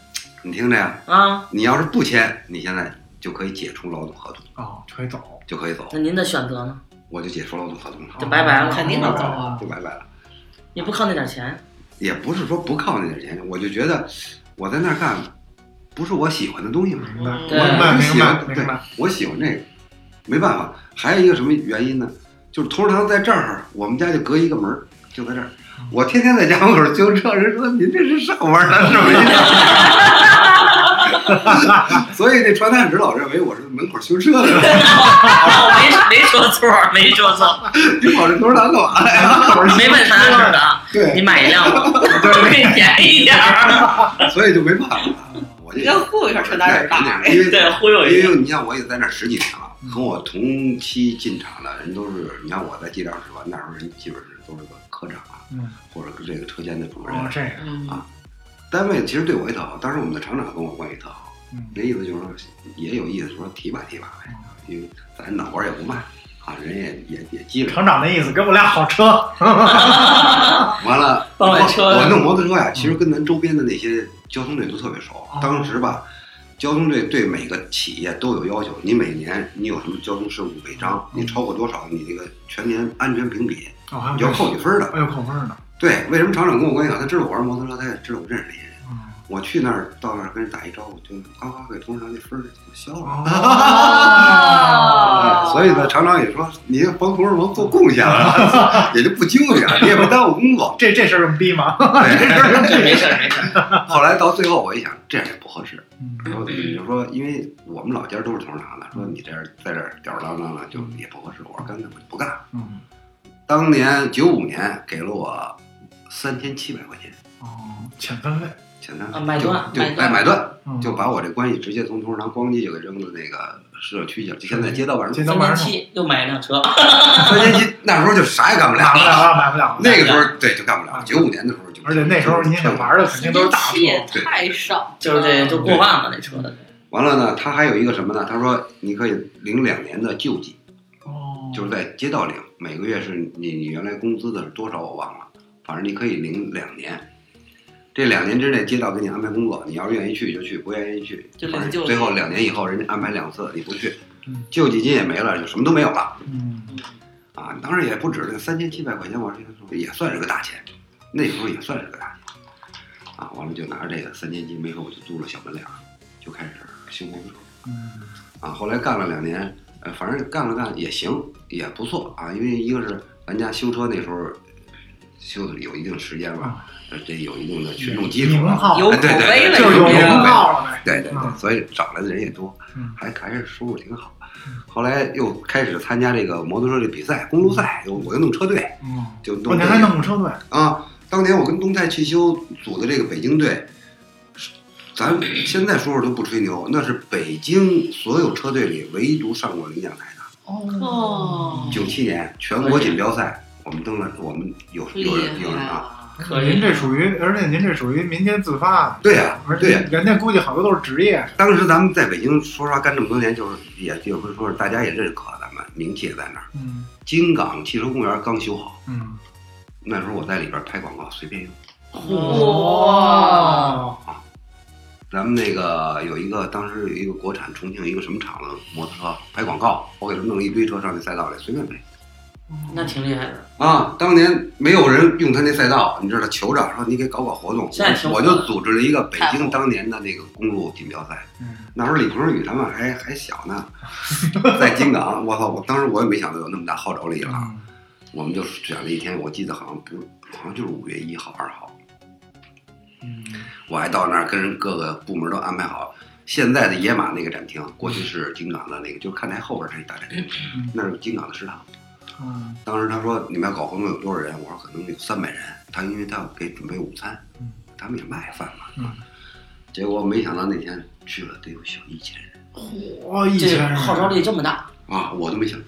你听着呀，
啊啊！
你要是不签，你现在就可以解除劳动合同，
啊，可以走。
就可以走
那。您的选择呢？
我就解除劳动合同了，
就拜拜
哦
了，
肯定
拜
的
拜
走
了
啊，
就拜拜了。
也不靠那点钱，
也不是说不靠那点钱，我就觉得我在那儿干，不是我喜欢的东西嘛。
明白，
对
明白，
我
明
喜
白，
欢，对
明白。，
我喜欢这个，没办法。还有一个什么原因呢？就是同仁堂在这儿，我们家就隔一个门儿，就在这儿。
嗯
我天天在家门口就这人说您这是上班呢是没？ 所以那传达室老认为我是门口修车
我
的，
没哦没说错，没说错，
你跑这同仁堂干嘛
哦
来呀？
没问啥似的 啊。你
对，
买一辆吧，给你便宜一点儿。
所以就没办法了。我就哎
应该忽悠一下传达室大
因为
对，忽悠一
因
下。
为你像我也在那儿十几年了，
嗯
跟我同期进厂的人都是，你像我在机长时吧，那时候人基本上都是个科长啊，
嗯，
或者是这个车间的主任。
哦，这个，
嗯
单位其实对我也特好，当时我们的厂长跟我关系特好，
嗯，
那意思就是说也有意思，说提拔提拔呗，因为咱脑瓜也不慢啊，人也也也机灵。
厂长的意思，给我俩好车。
完了，
帮我
我
车呀
我弄摩托车呀，其实跟咱周边的那些交通队都特别熟。啊当时吧，交通队对每个企业都有要求，你每年你有什么交通事故违章，
嗯
你超过多少，你这个全年安全评比，
哦，还
你
有
要扣你分儿的。
还有扣分呢。
对，为什么厂长跟我关系好？他知道我玩摩托车，他也知道我认识那些人。
嗯
我去那儿到那儿跟人打一招呼，就呱呱给同事那分儿就消了。
哦，
哎所以呢，厂长也说你帮同事们做贡献了， 也就不纠结，你也不耽误工 作。
这这事儿这么逼吗？
对，
这没事儿没事儿。
后来到最后我一想，这样也不合适。
嗯
然后你就说，因为我们老家都是同仁堂的，说你这样在这儿吊儿郎当的就也不合适。我说干脆我就不干了。
嗯，
当年九五年给了我三千七百块钱，
哦，遣散费。
简单
啊买断
就
买
就
断
哎买断，
嗯
就把我这关系直接从同仁堂咣叽就给扔到那个社区去了，就现在街道办
今
事
天
处。
三
晚
年
上
期又买一辆车，
三千 七那时候就啥也干不了
买不了了，买不了了。
那个时候对就干不了。九五年的时候就，
啊而且那时候你想玩的肯定都是大
气也
车。
太少，啊
就是这就过万了那车的。
完了呢，他还有一个什么呢？他说你可以领两年的救济，
哦，
就是在街道领，每个月是你你原来工资的是多少我忘了，反正你可以领两年。这两年之内，街道给你安排工作，你要是愿意去就去，不愿意去
就，领
反
救
正
济
最后两年以后，人家安排两次，你不去
嗯，
救济金也没了，就什么都没有了
嗯，
啊！当时也不止这三千七百块钱，我这个时候也算是个大钱，那时候也算是个大钱啊！完了就拿着这个三千七，没事我就租了小门脸儿，就开始修摩托车。
嗯，
啊，后来干了两年，呃，反正干了干也行，也不错啊。因为一个是咱家修车那时候呃修的有一定时间
啊
了，呃这有一定的群众基础
名
了，
号
有口
啊对对
碑
对
了，
就是有
有
名
名
号。
号了呗。
对对
嗯
对，所以找来的人也多
嗯，
还还是收入挺好
嗯。
后来又开始参加这个摩托车的比赛，公路赛，又我又弄车队，
嗯，
就弄
我那还弄过车队。
啊，当年我跟东泰汽修组的这个北京队，咱现在说说都不吹牛，那是北京所有车队里唯独上过领奖台的。
哦，
九七年全国锦标赛，我们登了，我们有有人有
厉
人
害
啊，
了！
可以
您这属于，而且您这属于民间自
啊
发
对呀、
的，而
对
且
呀、
人家估计好多都是职业。
当时咱们在北京，说实话干这么多年，就是也也不是说是大家也认可咱们，名气也在那儿。
嗯
京港汽车公园刚修好，
嗯，
那时候我在里边拍广告，随便用。
哇，
咱们那个有一个当时有一个国产重庆一个什么厂的摩托车拍广告，我给他弄一堆车上那赛道里随便拍，
那挺厉害的。
啊，当年没有人用他那赛道，你知道，酋长说你给搞搞活动
现在，挺火
我
的
就组织了一个北
太火
京
了
当年的那个公路锦标赛。
嗯，
那时候李鹏宇他们还还小呢，在金港，我操！我当时我也没想到有那么大号召力啊。我们就选了一天，我记得好像不，好像就是五月一号、二号，
嗯，
我还到那儿跟人各个部门都安排好。现在的野马那个展厅，过去是金港的那个，就是看台后边儿那大展厅，
嗯
那是金港的食堂。
嗯，
当时他说你们要搞活动有多少人？我说可能有三百人。他因为他要给准备午餐
嗯，
他们也卖饭嘛。啊
嗯
结果没想到那天去了得有小一千人
哇，一
这
千
个
人
号召力这么大，
啊！我都没想，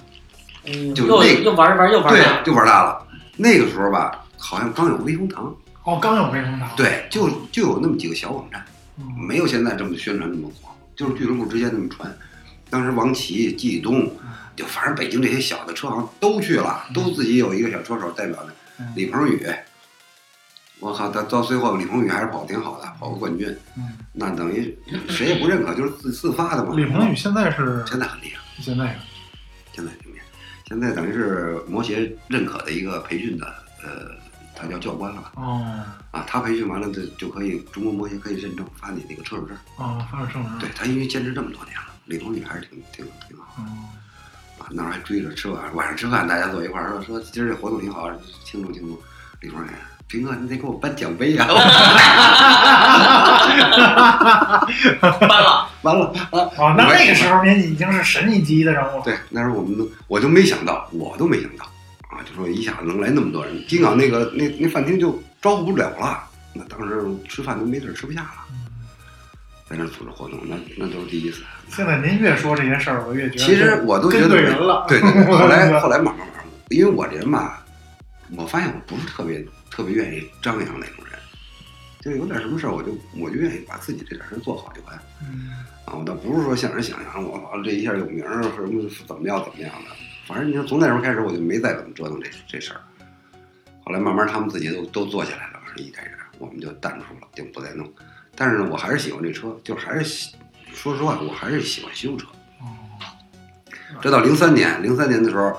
哎呦
就
又
那个
又玩一玩又玩一
对，
玩，
就玩大了。那个时候吧，好像刚有微风堂，
哦，刚有微风堂，，
对，就就有那么几个小网站，
嗯
没有现在这么宣传这么火，就是俱乐部之间这么传。当时王琦、季以东，就反正北京这些小的车行都去了，都自己有一个小车手代表的
嗯
李鹏宇。我靠，到到最后李鹏宇还是跑得挺好的，跑个冠军，
嗯，
那等于谁也不认可，就是自自发的嘛。
李鹏宇现在是
现在很厉害，
现在是
现在挺厉害，现在等于是摩鞋认可的一个培训的，呃，他叫教官了吧？
哦
啊，他培训完了就就可以中国摩鞋可以认证发你那个车手证。
哦，发射圣人，
对他因为坚持这么多年了，李鹏宇还是挺挺挺好
嗯，
啊。那时候还追着吃晚晚上吃饭，大家坐一块儿说说今儿这活动挺好，庆祝庆祝。李鹏宇，平哥你得给我颁奖杯啊！
搬了，
完了啊，
哦，那那个时候您已经是神一级的人物了，
对，那时候我们都我都没想到，我都没想到啊，就说一下能来那么多人，金港那个那那饭厅就招呼不了了。那当时吃饭都没地儿吃不下了，在那儿组织活动，那那都是第一次。
嗯现在您越说这些事儿，我越觉得
其实我都觉
啊跟
得
对人了
对，对对后 来
我
后来慢慢慢慢，因为我这人吧，我发现我不是特别特别愿意张扬那种人，就有点什么事儿我就我就愿意把自己这点事儿做好就完
嗯
啊，我倒不是说像人想象我操这一下有名儿什么怎么样怎么样的，反正你说从那时候开始我就没再怎么折腾这这事儿，后来慢慢他们自己都都做起来了，一开始我们就淡出了，就不再弄，但是呢，我还是喜欢这车，就还是喜说实话，我还是喜欢修车。
哦
这到零三年，零三年的时候，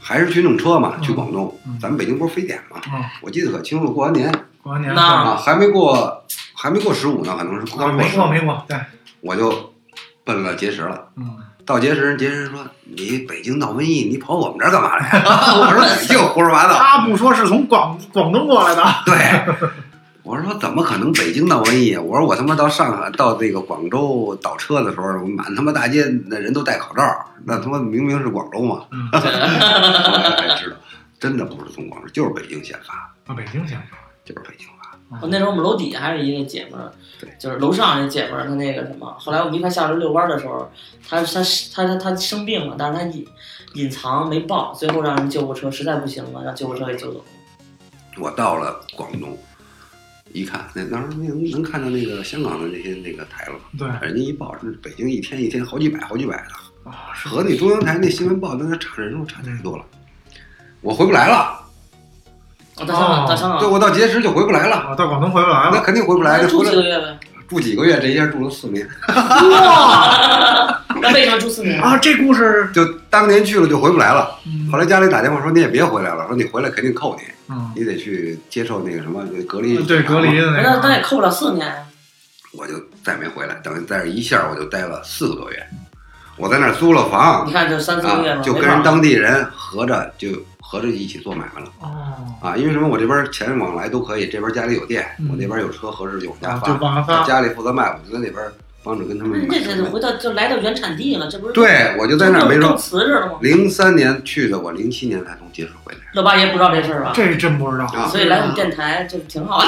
还是去弄车嘛，
嗯
去广东，
嗯
咱们北京不是非典嘛？
嗯，
我记得可清楚，过完年
过完年
那
啊，还没过，还没过十五呢，可能是刚过
没
十
过
五，
没过，对，
我就奔了碣石了。
嗯，
到碣石，碣石说：“你北京闹瘟疫，你跑我们这儿干嘛来呀？” 我说：“你净胡说八道。
他不说是从广广东过来的，”
对，我说：“怎么可能北京闹瘟疫？”啊我说：“我他妈到上海，到那个广州倒车的时候，我满他妈大街那人都戴口罩，那他妈明明是广州嘛。”
嗯，
啊
后来才知道，真的不是从广州，就是北京先发，
到北京行，
就是北京发。
嗯
我哦那时候我们楼底下还有一个姐们儿
对，
就是楼上那姐们儿，她那个什么，后来我们一块下楼遛弯儿的时候，她她她她她生病了，但是她隐隐藏没报，最后让人救护车实在不行了，让救护车给救走了。
我到了广东，一看，那当时能能看到那个香港的那些那个台了吗？
对，
人家一报，这北京一天一天好几百好几百的，
啊，是
和那中央台那新闻报那差人数差太多了。我回不来了，
啊，到香港，
哦
到香
对
港，
我到碣石就回不来了，
啊，到广东回不来
那
了，
肯定回不来。
那
那
住
回
几个
来
月呗。
住几个月，这一下住了四年，
那为什么住四年？
啊，这故事，
就当年去了就回不来了。
嗯
后来家里打电话说你也别回来了，说你回来肯定扣你，
嗯，
你得去接受那个什么隔离。
对，隔离的
那
那
那也
个，
扣不了四年。
我就再没回来，等于在这一下我就待了四个多月。我在那儿租了房
你看，就三四个月
啊，
嘛，
就
没
跟
法
人
儿。
当地人合着就合着一起做买卖了
哦，
啊。因为什么？我这边钱往来都可以，这边家里有店，
嗯
我那边有车合适就往家
啊就
发，
往上
我
发，
家里负责卖，我就在那边帮着跟他们
那
买
这这
车。
回到就来到原产地了，这不是
对，我就在那儿没
跟
说。
辞职了吗？
零三年去的，我零七年才从结束回来
乐八爷不知道这事儿吧？
这真不知道，
啊。
哦所以来我们电台就挺好的，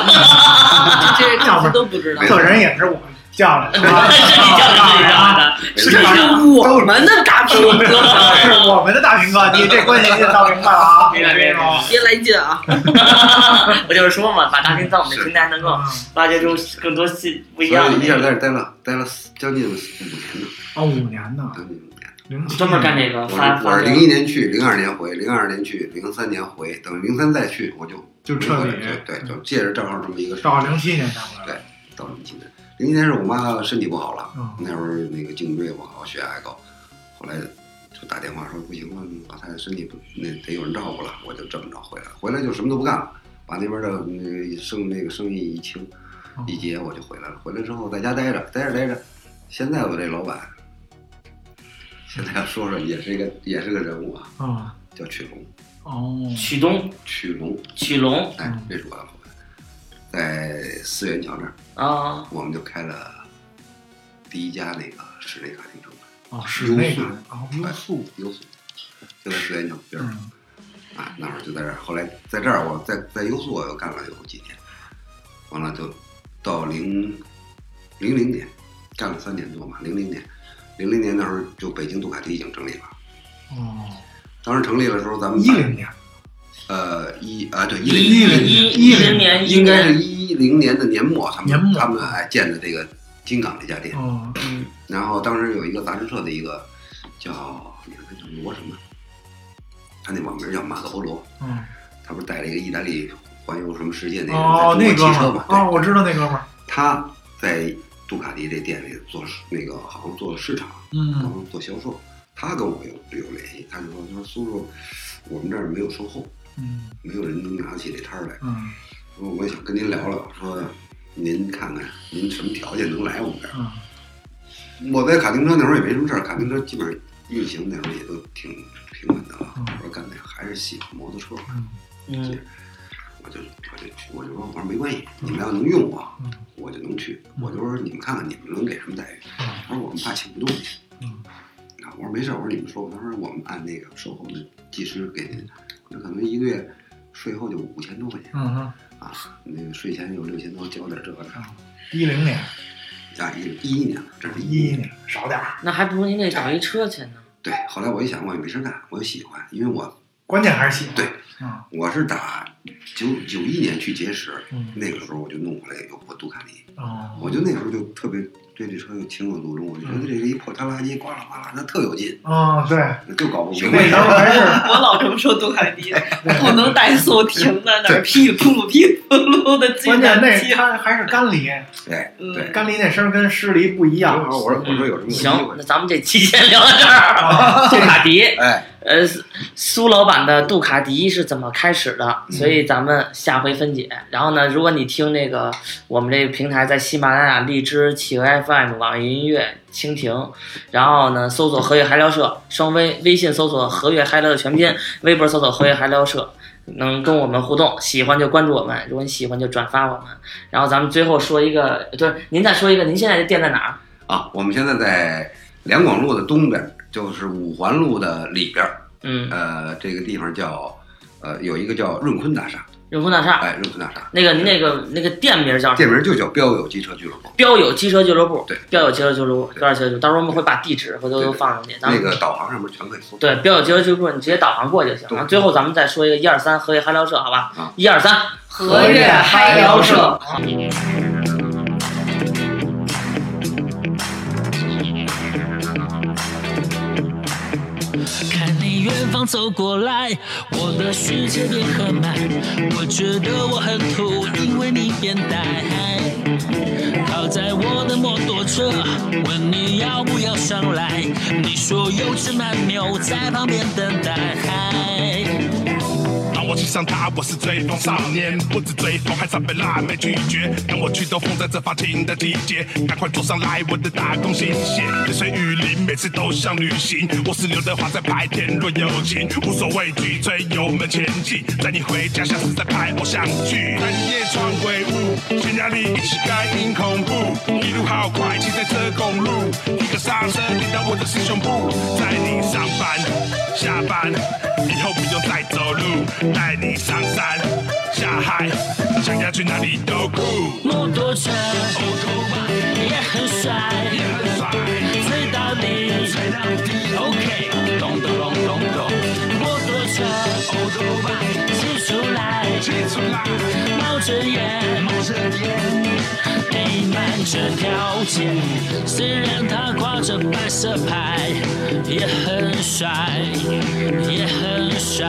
这
要不
这
然
都不知道
没。
这人也是我叫来的，是 吧
是哎你叫的，是你啊叫的。
没
这
错
是我们的大屏 哥，
是我们的大平哥，你这关系你得闹明白了啊，
明白明白
啊
别来劲啊！
我就是说嘛，把大兵在我们的平台能够
啊
挖掘出更多新不一样
所以
的
一下
那个。
在这儿待了待了四将近五年呢，
啊，五年呢，
将近五年。
零七
专门干这个
我
发
是我
发
是零一年去，零二年回，零二年去，零三年回，等零三再去我就
就彻底
对对，就借着正好这么一个事
到零七年才回来，
对到零七年，零七年是我妈身体不好了，
嗯
那会儿那个颈椎也不好，血压也高，后来就打电话说不行了，老太太身体不那得有人照顾了，我就这么着回来了。回来就什么都不干了，把那边的那生那个生意一清
哦
一结，我就回来了。回来之后在家待着，待着待着，现在我这老板，现在要说说也是一个也是个人物啊，
啊，
叫曲龙，
哦，
曲东、
曲龙，
曲龙
哎
嗯，
这是我的老板，在四元桥那儿，
啊，
我们就开了第一家那个室内咖啡厅，
哦，是那个
优
啊，优素，
优速，就在四元桥边儿。
嗯，
啊，那会儿就在这儿。后来在这儿，我在在优速我又干了有几年，完了就到零零零年，干了三年多嘛，零零年，零零年那时候就北京杜卡迪已经成立了。
哦，
当时成立的时候，咱们
一零年，
呃一啊对
一
一
零
一
一
一零年
应该
一
是一零年的年末，他们
年末
他们哎建的这个金港这家店。
哦，
嗯
然后当时有一个杂志社的一个叫你看他叫罗什么，他那网名叫马可波罗。
嗯，
他不是带了一个意大利环游什么世界那
哦，
个在
那
中
哥们
国骑车
儿，？
嘛对
啊，我知道那哥们儿，
他在杜卡迪这店里做市那个好像做市场，好
嗯，
像做销售。他跟我有有联系，他就说：“他说叔叔，我们这儿没有售后，
嗯，
没有人能拿得起这摊儿来。
嗯，
说我想跟您聊聊，说您看看您什么条件能来我们这儿。
嗯，
我在卡丁车那会儿也没什么事儿，卡丁车基本上运行那会儿也都挺平稳的了
嗯。
我说干脆还是喜欢摩托车。
嗯，
嗯
我就我就我就说我说没关系，你们要能用我
嗯，
我就能去。我就说你们看看你们能给什么待遇。
嗯，
他说我们怕请不动你。
嗯
啊，我说没事儿，我说你们说吧。他说我们按那个售后的技师给您，那可能一个月税后就五千多块钱
嗯哼，
啊，那个税前有六千多，交点这个
啊
的。
一零年，
啊，一一一年了，这是
一
一
一。年，少点儿，
那还不如您给找一车去呢。
对，后来我一想，我也没事儿干，我就喜欢，因为我
关键还是喜欢，
对，
嗯，
我是打九九一年去结识，
嗯，
那个时候我就弄回来有过杜卡迪。
哦，
我就那时候就特别对这车就情有独钟，我就觉得这个一破拖拉机呱啦呱啦，那特有劲，
啊，对，
就搞不明
那时候
白。
还是
我老这么说杜卡迪， 不能怠速停在那儿噼里扑噜噼里扑噜的进
关键
南
那
京。
它还是干梨，
对
嗯
对，
干梨那声儿跟湿梨不一
正
样。
好我说我说有什么机
行，
会
那，咱们这期先聊到这
啊
儿。杜卡迪，
哎，
呃，苏老板的杜卡迪是怎么开始的？所以咱们下回分解。然后呢，如果你听这个我们这个平台在喜马拉雅、荔枝、企鹅 FM、网易云音乐、蜻蜓，然后呢搜索“和悦嗨聊社”，双微微信搜索“和悦嗨聊”的全拼，微博搜索“和悦嗨聊社”。能跟我们互动，喜欢就关注我们，如果你喜欢就转发我们。然后咱们最后说一个，就是您再说一个，您现在的店在哪儿？
啊，我们现在在两广路的东边，就是五环路的里边，
嗯，
呃，这个地方叫呃有一个叫润坤大厦，
永丰大厦。
哎，润坤大厦，
那个您那个那个店名叫什么？
店名就叫标友机车俱乐部。
标友机车俱乐部，
对
标友机车俱乐部，
对
标友机车俱乐部，到时候我们会把地址回头
对
都
对对
放上去。咱
那
们
个导航上面全可以搜。
对标友机车俱乐部，你直接导航过就行。
对
然后最后咱们再说一个一二三和谐嗨聊社，好吧
啊？
一二三，
和悦嗨聊社。
看你远方走过来，我的世界变很慢。我觉得我很土，因为你变呆。靠在我的摩托车，问你要不要上来？你说有只蛮牛在旁边等待。
当我骑上它，我是追风少年，不止追风，还常被辣妹拒绝。让我去兜风，在这发情的季节，赶快坐上来我的大公新鞋。泪水雨淋，每次都像旅行。我是刘德华，在拍天论友情，无所畏惧，追油门前进。带你回家，像是在拍偶像剧。半夜穿鬼屋，悬崖里一起盖因恐怖。一路好快，骑在这公路，一个刹车顶到我的心胸部，在你上班下班以后不用再走路，带你上山下海，想要去哪里都酷。
摩托车也很帅，
也很帅，
追到你
吹到底，
，OK，咚咚咚咚咚，摩托车
欧洲吧，
骑出来，
骑出来，
冒着烟。
冒着烟，
弥漫着条件。虽然他挂着白色牌，也很帅，也很帅。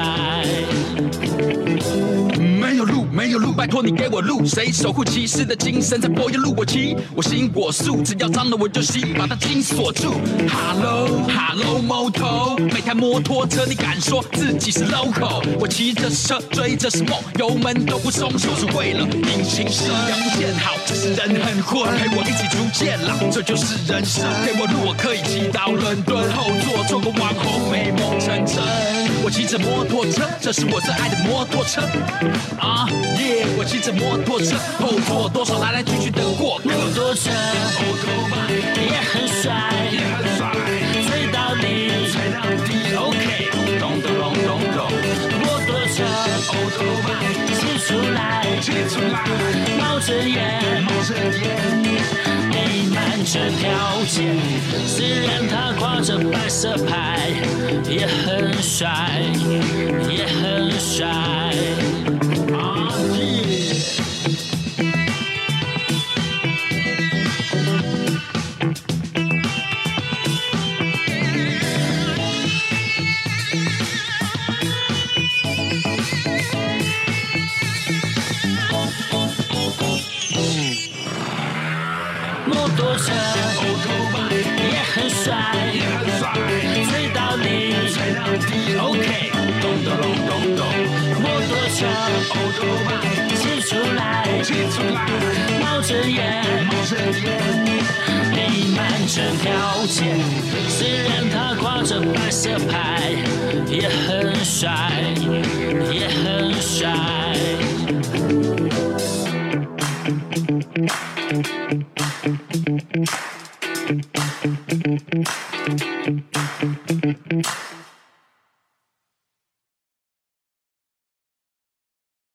没有路，没有
有路，拜托你给我路。谁守护骑士的精神在柏油路？我骑，我心我素，只要脏了我就吸，把它紧锁住。Hello Hello Moto，每台摩托车你敢说自己是 local？我骑着车追着是梦，油门都不松，就是为了引擎声。阳不见好，这是人很混，陪我一起逐渐老，这就是人生。给我路，我可以骑到伦敦后座，做个网红，美梦成真。我骑着摩托车，这是我最爱的摩托车。啊耶！我骑着摩托车，后座多少来来去去的过客。
摩托车也很帅，追到你，OK。
咚咚咚咚咚，
摩托车骑出来，冒着烟，弥漫着条件。虽然他挂着白色牌，也很帅，也很帅。啊耶！摩托车也很帅，追到你，OK。
咚咚咚咚咚，
摩托车骑出来，冒着烟，弥漫着条件。虽然他挂着白色牌，也很帅，也很帅。